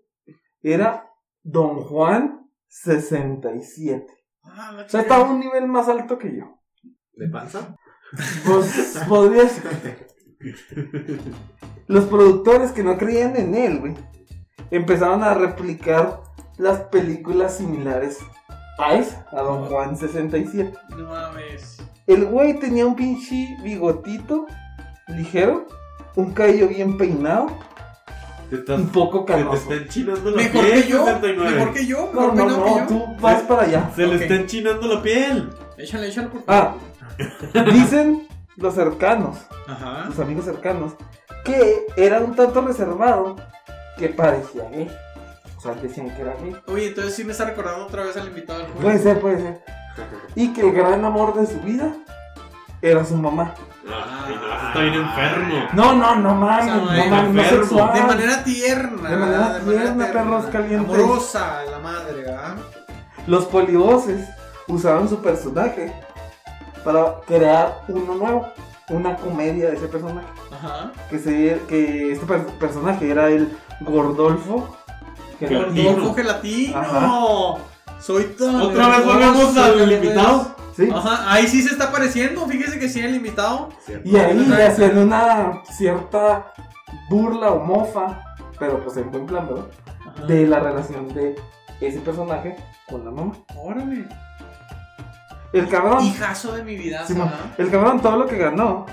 Speaker 5: era Don Juan 67.
Speaker 2: Ah, la
Speaker 5: O sea,
Speaker 2: chica.
Speaker 5: estaba a un nivel más alto que yo.
Speaker 6: ¿De panza?
Speaker 5: Pues podría ser. Los productores que no creían en él, güey, empezaron a replicar las películas similares a esa, a Don Juan 67.
Speaker 2: No mames.
Speaker 5: El güey tenía un pinche bigotito ligero, un cabello bien peinado
Speaker 4: Te estás-
Speaker 5: y poco
Speaker 4: se te
Speaker 5: canoso.
Speaker 4: está enchinando la
Speaker 2: Mejor
Speaker 4: piel.
Speaker 2: que yo.
Speaker 4: 69.
Speaker 2: Mejor que yo.
Speaker 5: No,
Speaker 2: Mejor
Speaker 5: no,
Speaker 2: peinado
Speaker 5: no,
Speaker 2: que yo.
Speaker 5: tú vas para allá.
Speaker 4: Se
Speaker 2: Ok.
Speaker 4: le está enchinando la piel.
Speaker 2: Échale, échale por
Speaker 5: Ah, dicen los cercanos
Speaker 2: Ajá.
Speaker 5: sus amigos cercanos, que era un tanto reservado que parecía gay. O sea, decían que era gay.
Speaker 2: Oye, entonces sí me está recordando otra vez al invitado al
Speaker 5: Puede
Speaker 2: público.
Speaker 5: ser, puede ser. Y que el gran amor de su vida era su mamá.
Speaker 4: Ah, no, eso está bien enfermo.
Speaker 5: No, no, no mames,
Speaker 2: O sea,
Speaker 5: no
Speaker 2: de
Speaker 5: mames, no
Speaker 4: enfermo.
Speaker 5: sexual.
Speaker 2: De manera tierna.
Speaker 5: Ah. De manera tierna, perros calientes.
Speaker 2: Amorosa, la madre, ¿verdad?
Speaker 5: Los polivoces usaban su personaje para crear uno nuevo, una comedia de ese personaje.
Speaker 2: Ajá.
Speaker 5: Que, se, que este per- personaje era el Gordolfo. que era-
Speaker 4: Gordillo. Latino.
Speaker 2: Ojo gelatino. Soy tan.
Speaker 4: Otra vez volvemos al invitado.
Speaker 5: Ah. Sí.
Speaker 2: Ajá, ahí sí se está apareciendo. Fíjese que sí, el invitado.
Speaker 5: Y ahí le hacían una cierta burla o mofa, pero pues en buen plan, ¿verdad?
Speaker 2: Ajá.
Speaker 5: De la relación de ese personaje con la mamá.
Speaker 2: Órale.
Speaker 5: El cabrón,
Speaker 2: Hijazo de mi vida.
Speaker 5: Simón, el cabrón todo lo que ganó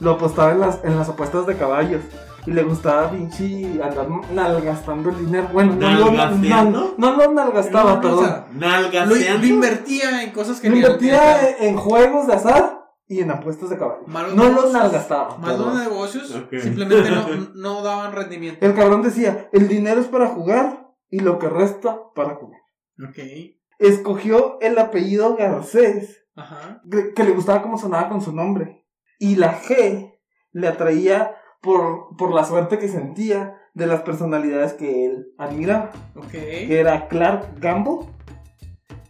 Speaker 5: lo apostaba en las, en las apuestas de caballos. Y le gustaba pinche andar nalgastando el dinero. Bueno, no lo no,
Speaker 4: ¿Nalgasteando?
Speaker 5: no, lo nalgastaba, perdón.
Speaker 2: Lo,
Speaker 4: Nalgaseando.
Speaker 2: lo invertía en cosas que
Speaker 5: Lo
Speaker 2: ni eran
Speaker 5: invertía
Speaker 2: ciertas.
Speaker 5: en juegos de azar y en apuestas de caballos.
Speaker 2: Malos
Speaker 5: No lo
Speaker 2: negocios.
Speaker 5: nalgastaba.
Speaker 2: Malos
Speaker 5: perdón.
Speaker 2: negocios
Speaker 4: Ok.
Speaker 2: simplemente no, no daban rendimiento.
Speaker 5: El cabrón decía, el dinero es para jugar y lo que resta para comer.
Speaker 2: Ok.
Speaker 5: Escogió el apellido Garcés,
Speaker 2: Ajá.
Speaker 5: que que le gustaba cómo sonaba con su nombre. Y la G le atraía por, por la suerte que sentía de las personalidades que él admiraba,
Speaker 2: Ok.
Speaker 5: que era Clark Gamble,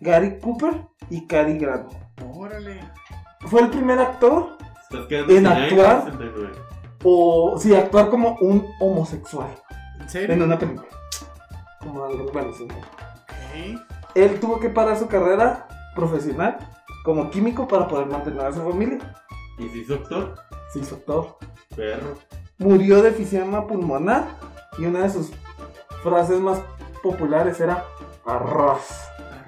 Speaker 5: Gary Cooper y Cary Grant.
Speaker 2: Órale.
Speaker 5: Fue el primer actor,
Speaker 4: Estás quedando
Speaker 5: en
Speaker 4: sin aire,
Speaker 5: actuar.
Speaker 4: 69.
Speaker 5: o sí, actuar como un homosexual
Speaker 2: ¿En serio?
Speaker 5: en una película. Como algo, bueno, sí.
Speaker 2: Ok.
Speaker 5: él tuvo que parar su carrera profesional como químico para poder mantener a su familia.
Speaker 4: ¿Y si es doctor?
Speaker 5: Se hizo todo.
Speaker 4: Perro.
Speaker 5: Murió de efisema pulmonar y una de sus frases más populares era arroz.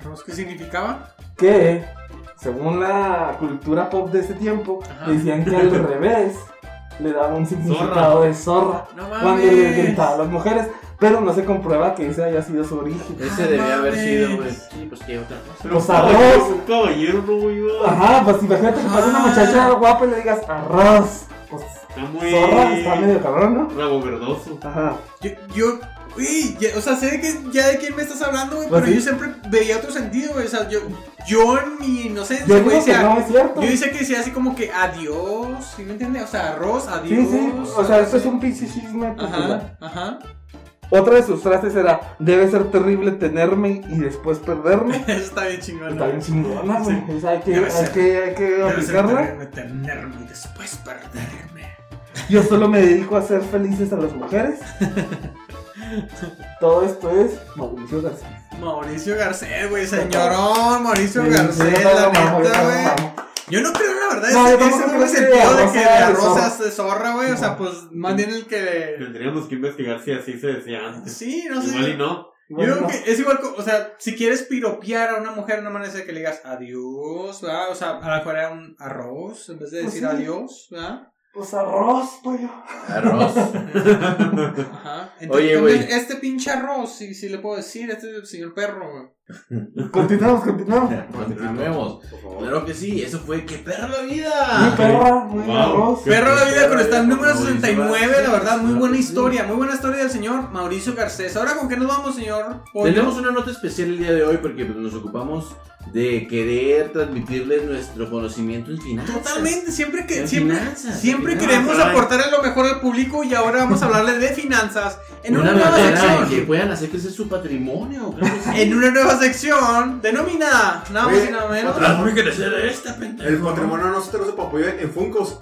Speaker 2: Arroz, ¿Qué significaba?
Speaker 5: Que, según la cultura pop de ese tiempo,
Speaker 2: Ajá.
Speaker 5: decían que al revés le daba un significado de zorra
Speaker 2: No
Speaker 5: cuando le
Speaker 2: mames.
Speaker 5: gritaba a las mujeres. Pero no se comprueba que ese haya sido su origen.
Speaker 3: Ese debía haber sido, güey.
Speaker 2: Mames.
Speaker 3: Sí, pues qué otra cosa.
Speaker 4: Pero
Speaker 5: Los
Speaker 4: un caballero-
Speaker 5: arroz.
Speaker 4: Un caballero no iba.
Speaker 2: Ah,
Speaker 5: Ajá, pues imagínate que pasa una muchacha guapa y le digas arroz. Pues
Speaker 4: Está muy.
Speaker 5: Zorra está medio cabrón, ¿no?
Speaker 4: Rabo verdoso.
Speaker 5: Ajá.
Speaker 2: Yo, yo uy, ya- o sea, sé de que, ya de quién me estás hablando, güey,
Speaker 5: Pues
Speaker 2: pero
Speaker 5: sí.
Speaker 2: yo siempre veía otro sentido, güey. O sea, yo, yo en mi inocencia,
Speaker 5: Yo digo
Speaker 2: güey,
Speaker 5: que
Speaker 2: decía,
Speaker 5: no es cierto.
Speaker 2: yo decía que decía así como que adiós, ¿sí me entiendes? O sea, arroz, adiós.
Speaker 5: Sí, sí. O sea, esto es un pinche chisme popular.
Speaker 2: Ajá, ajá.
Speaker 5: Otra de sus frases era: Debe ser terrible tenerme y después perderme.
Speaker 2: Eso está bien chingón.
Speaker 5: Está bien chingona, güey. O sea, hay que,
Speaker 2: Debe
Speaker 5: hay
Speaker 2: ser.
Speaker 5: que, hay que
Speaker 2: Debe ser
Speaker 5: aplicarla.
Speaker 2: tenerme, tenerme y después perderme.
Speaker 5: Yo solo me dedico a hacer felices a las mujeres. Todo esto es Mauricio Garcés.
Speaker 2: Mauricio Garcés, güey, señorón, Mauricio Garcés,
Speaker 5: Yo no
Speaker 2: la
Speaker 5: lo mamo, yo
Speaker 2: neta,
Speaker 5: no lo
Speaker 2: güey.
Speaker 5: mamo.
Speaker 2: Yo no creo, la verdad,
Speaker 5: No,
Speaker 2: ese,
Speaker 5: yo tampoco
Speaker 2: ese
Speaker 5: creo
Speaker 2: doble
Speaker 5: que
Speaker 2: sentido de
Speaker 5: arroz
Speaker 2: que de
Speaker 5: sea de zorra.
Speaker 2: arroz es zorra, güey. O sea,
Speaker 5: No.
Speaker 2: pues más bien el que.
Speaker 4: Tendríamos que investigar si así se decía antes.
Speaker 2: Sí, no sé.
Speaker 4: Igual y no.
Speaker 2: Yo
Speaker 5: Bueno,
Speaker 2: creo
Speaker 5: no.
Speaker 2: que es igual, co- o sea, si quieres piropear a una mujer, no manera de que le digas adiós, ¿verdad? O sea, a la cual era un arroz en vez de
Speaker 5: Pues
Speaker 2: decir
Speaker 5: sí.
Speaker 2: adiós, ¿verdad?
Speaker 5: Pues arroz, pollo.
Speaker 3: Arroz.
Speaker 2: Ajá.
Speaker 3: Oye,
Speaker 2: también
Speaker 3: güey.
Speaker 2: Este pinche arroz, si, si le puedo decir, este señor perro, güey.
Speaker 5: Continuamos, continuamos.
Speaker 3: Continuemos.
Speaker 4: Por favor.
Speaker 3: Claro que sí, eso fue que perra la
Speaker 5: Mi
Speaker 3: vida.
Speaker 5: perra, muy
Speaker 4: Wow.
Speaker 5: arroz.
Speaker 4: Qué
Speaker 2: Perro de la vida
Speaker 3: perra
Speaker 2: con está
Speaker 3: vida,
Speaker 2: el número
Speaker 3: Mauricio
Speaker 2: 69,
Speaker 3: Garcés.
Speaker 2: la verdad, muy buena historia, muy buena historia del señor Mauricio Garcés. Ahora con qué nos vamos, señor Pollo?
Speaker 3: Tenemos una nota especial el día de hoy porque pues, nos ocupamos de querer transmitirles nuestro conocimiento en finanzas.
Speaker 2: Totalmente, siempre que
Speaker 3: En
Speaker 2: siempre,
Speaker 3: finanzas,
Speaker 2: siempre
Speaker 3: en finanzas.
Speaker 2: queremos aportarle lo mejor al público y ahora vamos a hablarle de finanzas en
Speaker 3: una
Speaker 2: una, nueva
Speaker 3: manera que
Speaker 2: sección.
Speaker 3: puedan hacer crecer su patrimonio. claro que sí.
Speaker 2: En una nueva sección denominada nada más
Speaker 6: Oye,
Speaker 2: y nada menos.
Speaker 6: otra-
Speaker 1: Hazme crecer esta pendeja.
Speaker 6: El patrimonio no se te lo se apoyó en, en Funkos.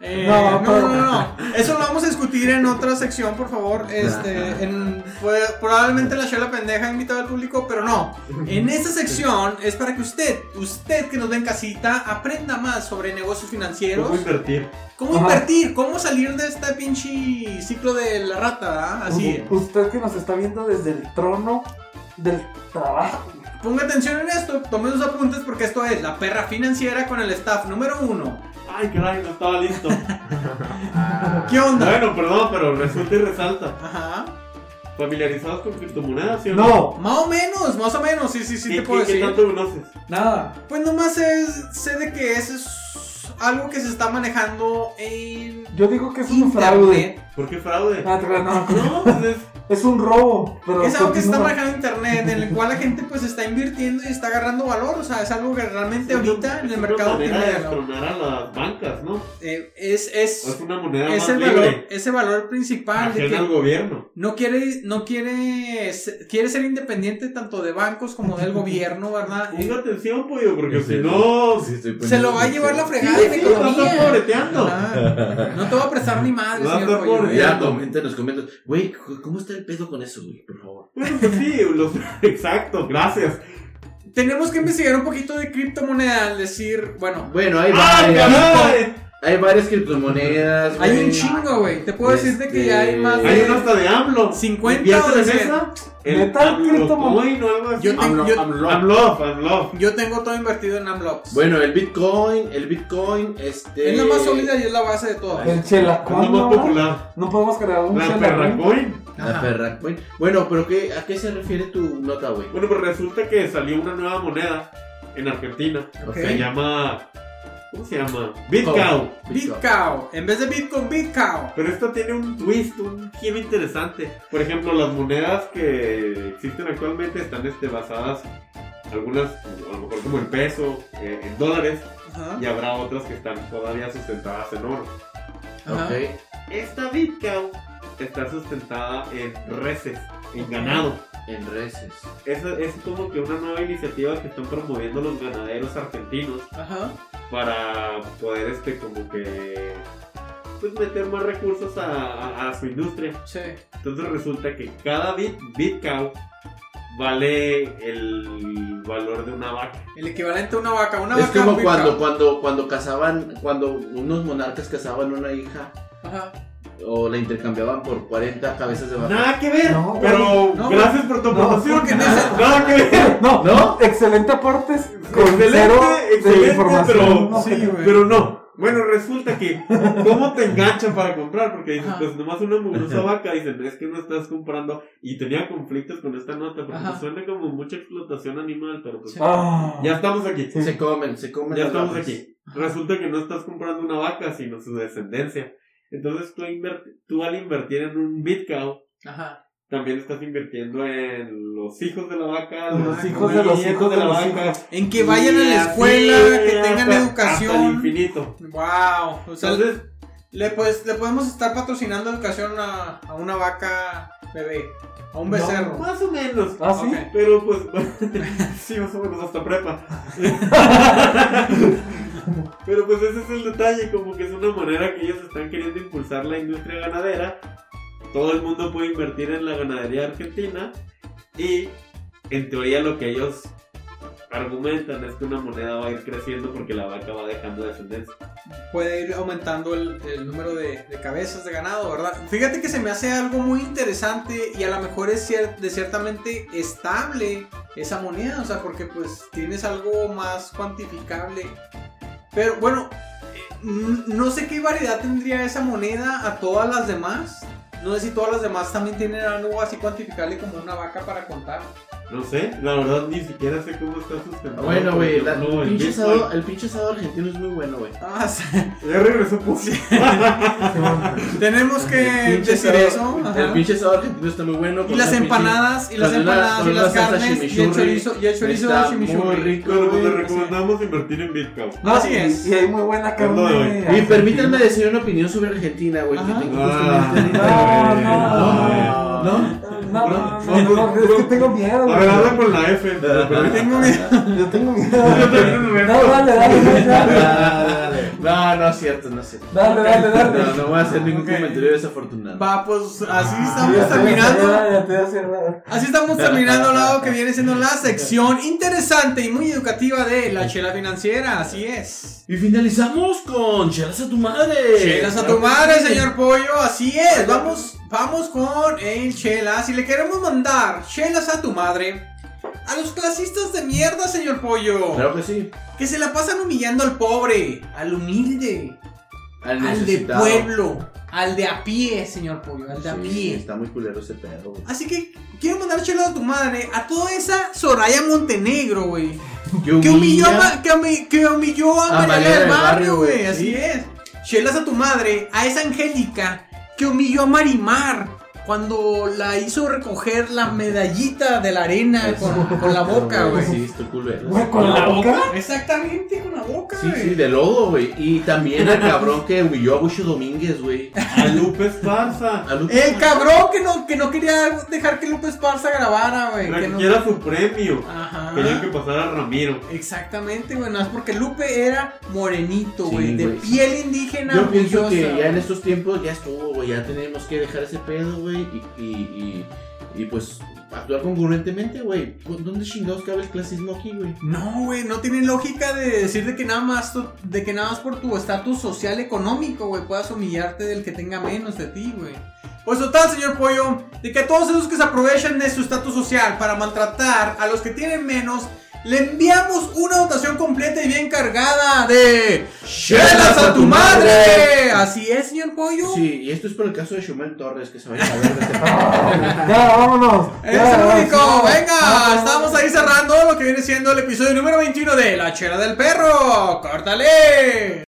Speaker 2: Eh, no,
Speaker 5: No,
Speaker 2: no,
Speaker 5: pero-
Speaker 2: no, no. Eso lo vamos a discutir en otra sección, por favor. Este, en, fue- probablemente la Shela Pendeja ha invitado al público, pero no. En esta sección es para que usted, usted que nos ve en casita, aprenda más sobre negocios financieros,
Speaker 4: ¿Cómo invertir?
Speaker 2: cómo
Speaker 5: Ajá.
Speaker 2: invertir, cómo salir de este pinche ciclo de la rata, ¿verdad? Así.
Speaker 5: U- Usted que nos está viendo desde el trono del trabajo.
Speaker 2: Ponga atención en esto, tome sus apuntes porque esto es La Perra Financiera con el staff número uno.
Speaker 4: Ay, caray, no estaba listo.
Speaker 2: ¿Qué onda?
Speaker 4: Bueno, perdón, pero resulta y resalta.
Speaker 2: Ajá.
Speaker 4: ¿Familiarizados con criptomonedas, sí o no?
Speaker 5: No,
Speaker 2: Más o menos, más o menos, sí, sí, sí
Speaker 4: ¿Qué,
Speaker 2: te puedo
Speaker 4: qué- qué
Speaker 2: decir.
Speaker 4: tanto conoces?
Speaker 5: nada.
Speaker 2: Pues nomás es, sé de que es, es algo que se está manejando en
Speaker 5: Yo digo que es un fraude.
Speaker 2: internet.
Speaker 4: ¿Por qué fraude?
Speaker 5: Ah, te creas, no.
Speaker 4: No, pues es
Speaker 5: Es un robo. Pero
Speaker 2: Es algo que se está
Speaker 5: continúa.
Speaker 2: manejando en internet, en el cual la gente pues está invirtiendo y está agarrando valor. O sea, es algo que realmente ahorita en el mercado
Speaker 4: Es
Speaker 2: tiene
Speaker 4: una manera de
Speaker 2: valor.
Speaker 4: destronar a las bancas, ¿no?
Speaker 2: Eh, es, es,
Speaker 4: Es una moneda
Speaker 2: es
Speaker 4: más
Speaker 2: el valor,
Speaker 4: libre.
Speaker 2: ese valor principal de
Speaker 4: Ajena al
Speaker 2: que
Speaker 4: gobierno.
Speaker 2: no quiere, no quiere, se- quiere ser independiente tanto de bancos como del gobierno, ¿verdad? Eh,
Speaker 4: Ponga atención, pollo, porque
Speaker 3: Sí,
Speaker 4: si
Speaker 3: sí.
Speaker 4: no...
Speaker 3: Sí, estoy
Speaker 2: Se lo
Speaker 3: poniendo-
Speaker 2: va a llevar la fregada
Speaker 4: Sí,
Speaker 2: en
Speaker 4: sí,
Speaker 2: economía.
Speaker 4: va a estar pobreteando.
Speaker 2: Ah, no te va a prestar ni madre,
Speaker 4: Va a
Speaker 2: señor
Speaker 4: estar
Speaker 2: Pollo. ¿eh?
Speaker 4: pobre.
Speaker 3: Ya, comenten los comentarios. Güey, ¿cómo está el pedo con eso, güey? Por favor.
Speaker 4: Bueno, pues sí, los... exacto, gracias.
Speaker 2: Tenemos que investigar un poquito de criptomoneda, al decir, bueno,
Speaker 3: Bueno, hay
Speaker 4: ¡Ah,
Speaker 3: varias,
Speaker 4: caray!
Speaker 3: hay varias criptomonedas,
Speaker 2: hay
Speaker 3: güey.
Speaker 2: un chingo, güey. Te puedo decir de que ya hay más
Speaker 4: Este, Hay
Speaker 2: de
Speaker 4: una hasta de AMLO.
Speaker 2: 50 o de
Speaker 4: ¿Inviertes en
Speaker 2: 100.
Speaker 4: esa?
Speaker 5: ¿Neta?
Speaker 4: AMLOcoin o algo así.
Speaker 2: Yo tengo-
Speaker 6: AMLO,
Speaker 2: yo-
Speaker 6: AMLO.
Speaker 4: AMLO, AMLO.
Speaker 2: Yo tengo todo invertido en Amblocks.
Speaker 3: Bueno, el Bitcoin, el Bitcoin, este...
Speaker 2: es la más sólida y es la base de todo.
Speaker 5: El
Speaker 4: Es lo
Speaker 5: chelacón.
Speaker 4: más
Speaker 5: ¿no?
Speaker 4: popular.
Speaker 5: No podemos crear un
Speaker 4: La
Speaker 5: chelacón.
Speaker 4: Perracoin.
Speaker 3: La perra. Bueno, Bueno, pero qué, ¿a qué se refiere tu nota, güey?
Speaker 4: Bueno, pues resulta que salió una nueva moneda en Argentina.
Speaker 2: Ok.
Speaker 4: Se llama. ¿Cómo se llama? Bitcoin.
Speaker 2: Bitcoin. En vez de Bitcoin, Bitcoin.
Speaker 4: Pero esta tiene un twist, un giro interesante. Por ejemplo, las monedas que existen actualmente están este, basadas, algunas a lo mejor como en peso, eh, en dólares,
Speaker 2: Ajá.
Speaker 4: y habrá otras que están todavía sustentadas en oro.
Speaker 2: Ajá.
Speaker 3: Ok.
Speaker 4: Esta Bitcoin está sustentada en reses, en ganado.
Speaker 3: En reses.
Speaker 4: Esa es como que una nueva iniciativa que están promoviendo los ganaderos argentinos
Speaker 2: Ajá.
Speaker 4: para poder este como que pues meter más recursos a, a- a su industria.
Speaker 2: Sí.
Speaker 4: Entonces resulta que cada bit, bit cow vale el valor de una vaca.
Speaker 2: El equivalente a una vaca. Una
Speaker 3: Es
Speaker 2: vaca.
Speaker 3: como
Speaker 2: Bitcoin.
Speaker 3: cuando, cuando, cuando cazaban, cuando unos monarcas cazaban una hija
Speaker 2: Ajá.
Speaker 3: o la intercambiaban por 40 cabezas de vaca.
Speaker 4: Nada que ver.
Speaker 5: No,
Speaker 4: pero
Speaker 2: no,
Speaker 4: gracias por tu
Speaker 5: no,
Speaker 4: aportación.
Speaker 2: porque no es-
Speaker 4: nada que ver.
Speaker 5: No,
Speaker 3: ¿No?
Speaker 5: excelente aportes. Con
Speaker 4: Excelente,
Speaker 5: cero de
Speaker 4: excelente,
Speaker 5: información.
Speaker 4: pero-
Speaker 5: No,
Speaker 2: Sí, güey.
Speaker 4: Pero no. Bueno, resulta que, ¿cómo te enganchan para comprar? Porque dices,
Speaker 2: Ajá.
Speaker 4: pues nomás una mugrosa vaca, dicen, es que no estás comprando. Y tenía conflictos con esta nota, porque
Speaker 2: Ajá.
Speaker 4: suena como mucha explotación animal, pero pues.
Speaker 2: Sí.
Speaker 5: Ah.
Speaker 4: Ya estamos aquí,
Speaker 5: Sí.
Speaker 3: Se comen, se comen.
Speaker 4: ya
Speaker 3: las
Speaker 4: estamos
Speaker 3: vacas.
Speaker 4: aquí. Resulta que no estás comprando una vaca, sino su descendencia. Entonces tú, inver- tú al invertir en un bitcow,
Speaker 2: Ajá.
Speaker 4: también estás invirtiendo en los hijos de la vaca,
Speaker 5: Los
Speaker 4: las
Speaker 5: hijos de los
Speaker 4: nietas
Speaker 5: hijos de
Speaker 4: la
Speaker 5: los
Speaker 4: vaca.
Speaker 2: En que vayan a
Speaker 4: Y
Speaker 2: la
Speaker 4: así,
Speaker 2: escuela, que tengan
Speaker 4: hasta- Hasta el
Speaker 2: educación.
Speaker 4: infinito.
Speaker 2: Wow. O sea,
Speaker 4: Entonces,
Speaker 2: le, pues, le podemos estar patrocinando educación a, a una vaca bebé. A un
Speaker 5: No.
Speaker 2: becerro.
Speaker 4: Más o menos.
Speaker 5: ¿Ah, sí?
Speaker 2: Ok.
Speaker 4: Pero pues, sí, más o menos hasta prepa. Pero pues ese es el detalle, como que es una manera que ellos están queriendo impulsar la industria ganadera. Todo el mundo puede invertir en la ganadería argentina y en teoría lo que ellos argumentan es que una moneda va a ir creciendo porque la vaca va dejando descendencia.
Speaker 2: puede ir aumentando el, el número de, de cabezas de ganado, ¿verdad? Fíjate que se me hace algo muy interesante y a lo mejor es cier- de ciertamente estable esa moneda, o sea, porque pues tienes algo más cuantificable. Pero bueno, eh, mm, no sé qué variedad tendría esa moneda a todas las demás. No sé si todas las demás también tienen algo así cuantificable como una vaca para contar.
Speaker 4: No sé, la verdad ni siquiera sé cómo está sustentado.
Speaker 3: Bueno, güey, la-
Speaker 4: No,
Speaker 3: el,
Speaker 4: el
Speaker 3: pinche
Speaker 4: Bitcoin.
Speaker 3: asado, el pinche asado argentino es muy bueno, güey.
Speaker 2: Ah, sí.
Speaker 4: Ya regresó Pussy.
Speaker 2: Tenemos que
Speaker 3: El pinche
Speaker 2: decir
Speaker 3: asado-
Speaker 2: eso. ajá.
Speaker 3: El pinche asado argentino está muy bueno.
Speaker 2: Y
Speaker 3: con
Speaker 2: las
Speaker 3: una pinche-
Speaker 2: empanadas, y las
Speaker 3: con una-
Speaker 2: empanadas, y
Speaker 3: con
Speaker 2: las
Speaker 3: una salsa
Speaker 2: carnes, y el
Speaker 3: chimichurri.
Speaker 2: chorizo, y el chorizo
Speaker 3: Está muy
Speaker 2: chimichurri.
Speaker 3: rico,
Speaker 4: Bueno, pues te
Speaker 3: güey.
Speaker 4: recomendamos invertir en Bitcoin.
Speaker 2: Así es.
Speaker 5: Y hay muy buena
Speaker 4: Perdón,
Speaker 5: carne.
Speaker 4: güey.
Speaker 3: Y
Speaker 5: argentina.
Speaker 3: permítanme decir una opinión sobre Argentina, güey. que
Speaker 2: Ajá.
Speaker 3: tengo
Speaker 4: Ah,
Speaker 3: justamente ahorita.
Speaker 5: No,
Speaker 4: güey,
Speaker 5: no,
Speaker 3: no.
Speaker 5: No, no, no, no, es que tengo miedo.
Speaker 4: Ah, güey. A
Speaker 5: güey.
Speaker 4: ver, habla con la F.
Speaker 2: Yo tengo miedo.
Speaker 5: Yo tengo miedo.
Speaker 4: Yo tengo miedo.
Speaker 5: No, dale, dale, dale, dale.
Speaker 3: No, no es cierto, no es cierto.
Speaker 5: Dale, dale, dale.
Speaker 3: No, no voy a hacer ningún
Speaker 2: Ok.
Speaker 3: comentario desafortunado.
Speaker 2: Va, pues así
Speaker 3: Ah,
Speaker 5: Ya
Speaker 2: estamos
Speaker 5: te voy a hacer
Speaker 2: terminando.
Speaker 5: nada, ya te voy a hacer nada.
Speaker 2: Así estamos terminando lado que viene siendo la sección interesante y muy educativa de la chela financiera, así es.
Speaker 3: Y finalizamos con chelas a tu madre.
Speaker 2: Chelas a tu madre, señor Pollo, así es. Vamos, vamos con el chela. Si le queremos mandar chelas a tu madre, a los clasistas de mierda, señor Pollo,
Speaker 3: Claro que sí.
Speaker 2: que se la pasan humillando al pobre, al humilde,
Speaker 3: Al,
Speaker 2: al de
Speaker 3: necesitado.
Speaker 2: pueblo, al de a pie, señor Pollo, al de a
Speaker 3: Sí,
Speaker 2: pie.
Speaker 3: Está muy culero ese pedo, güey.
Speaker 2: Así que quiero mandar chelas a tu madre, a toda esa Soraya Montenegro, güey. Que
Speaker 3: humilla-
Speaker 2: humilló, a, Ma- que humi- que humilló a
Speaker 3: A
Speaker 2: Mariana del Barrio, güey.
Speaker 3: sí.
Speaker 2: Así es. Chelas a tu madre, a esa Angélica que humilló a Marimar cuando la hizo recoger la medallita de la arena
Speaker 3: Eso.
Speaker 2: con, con la boca,
Speaker 3: No,
Speaker 2: güey.
Speaker 3: Sí, está culero.
Speaker 5: Güey, con la boca.
Speaker 2: Exactamente, con la boca,
Speaker 3: Sí,
Speaker 2: güey.
Speaker 3: sí, de lodo, güey. Y también al cabrón que humilló a Bucho Domínguez, güey.
Speaker 4: A Lupe Esparza.
Speaker 3: A Lu-
Speaker 2: El cabrón que no, que no quería dejar que López Parza grabara, güey.
Speaker 4: La
Speaker 2: que
Speaker 4: que
Speaker 2: no-
Speaker 4: quiera su premio.
Speaker 5: Ah.
Speaker 2: Ajá.
Speaker 4: Querían que pasara Ramiro.
Speaker 2: Exactamente, güey. No es porque Lupe era morenito,
Speaker 3: Sí,
Speaker 2: güey. de
Speaker 3: güey.
Speaker 2: piel indígena.
Speaker 3: Yo pienso que
Speaker 2: orgullosa.
Speaker 3: ya en estos tiempos ya estuvo, güey. Ya tenemos que dejar ese pedo, güey. Y, y, y, y, pues actuar congruentemente, güey. ¿Dónde chingados cabe el clasismo aquí, güey?
Speaker 2: No, güey, no tiene lógica de decir de que nada más tu- de que nada más por tu estatus social económico, güey, puedas humillarte del que tenga menos de ti, güey. Pues total, señor Pollo, de que a todos esos que se aprovechan de su estatus social para maltratar a los que tienen menos, le enviamos una dotación completa y bien cargada de chelas a tu madre. Así es, señor Pollo.
Speaker 3: Sí, y esto es por el caso de Shumel Torres, que se vaya a ver de este
Speaker 5: Ya, vámonos.
Speaker 2: Es
Speaker 5: Ya, Ah,
Speaker 2: el
Speaker 5: vámonos.
Speaker 2: único, venga,
Speaker 5: Vámonos.
Speaker 2: estamos ahí cerrando lo que viene siendo el episodio número 21 de La Chela del Perro. ¡Córtale!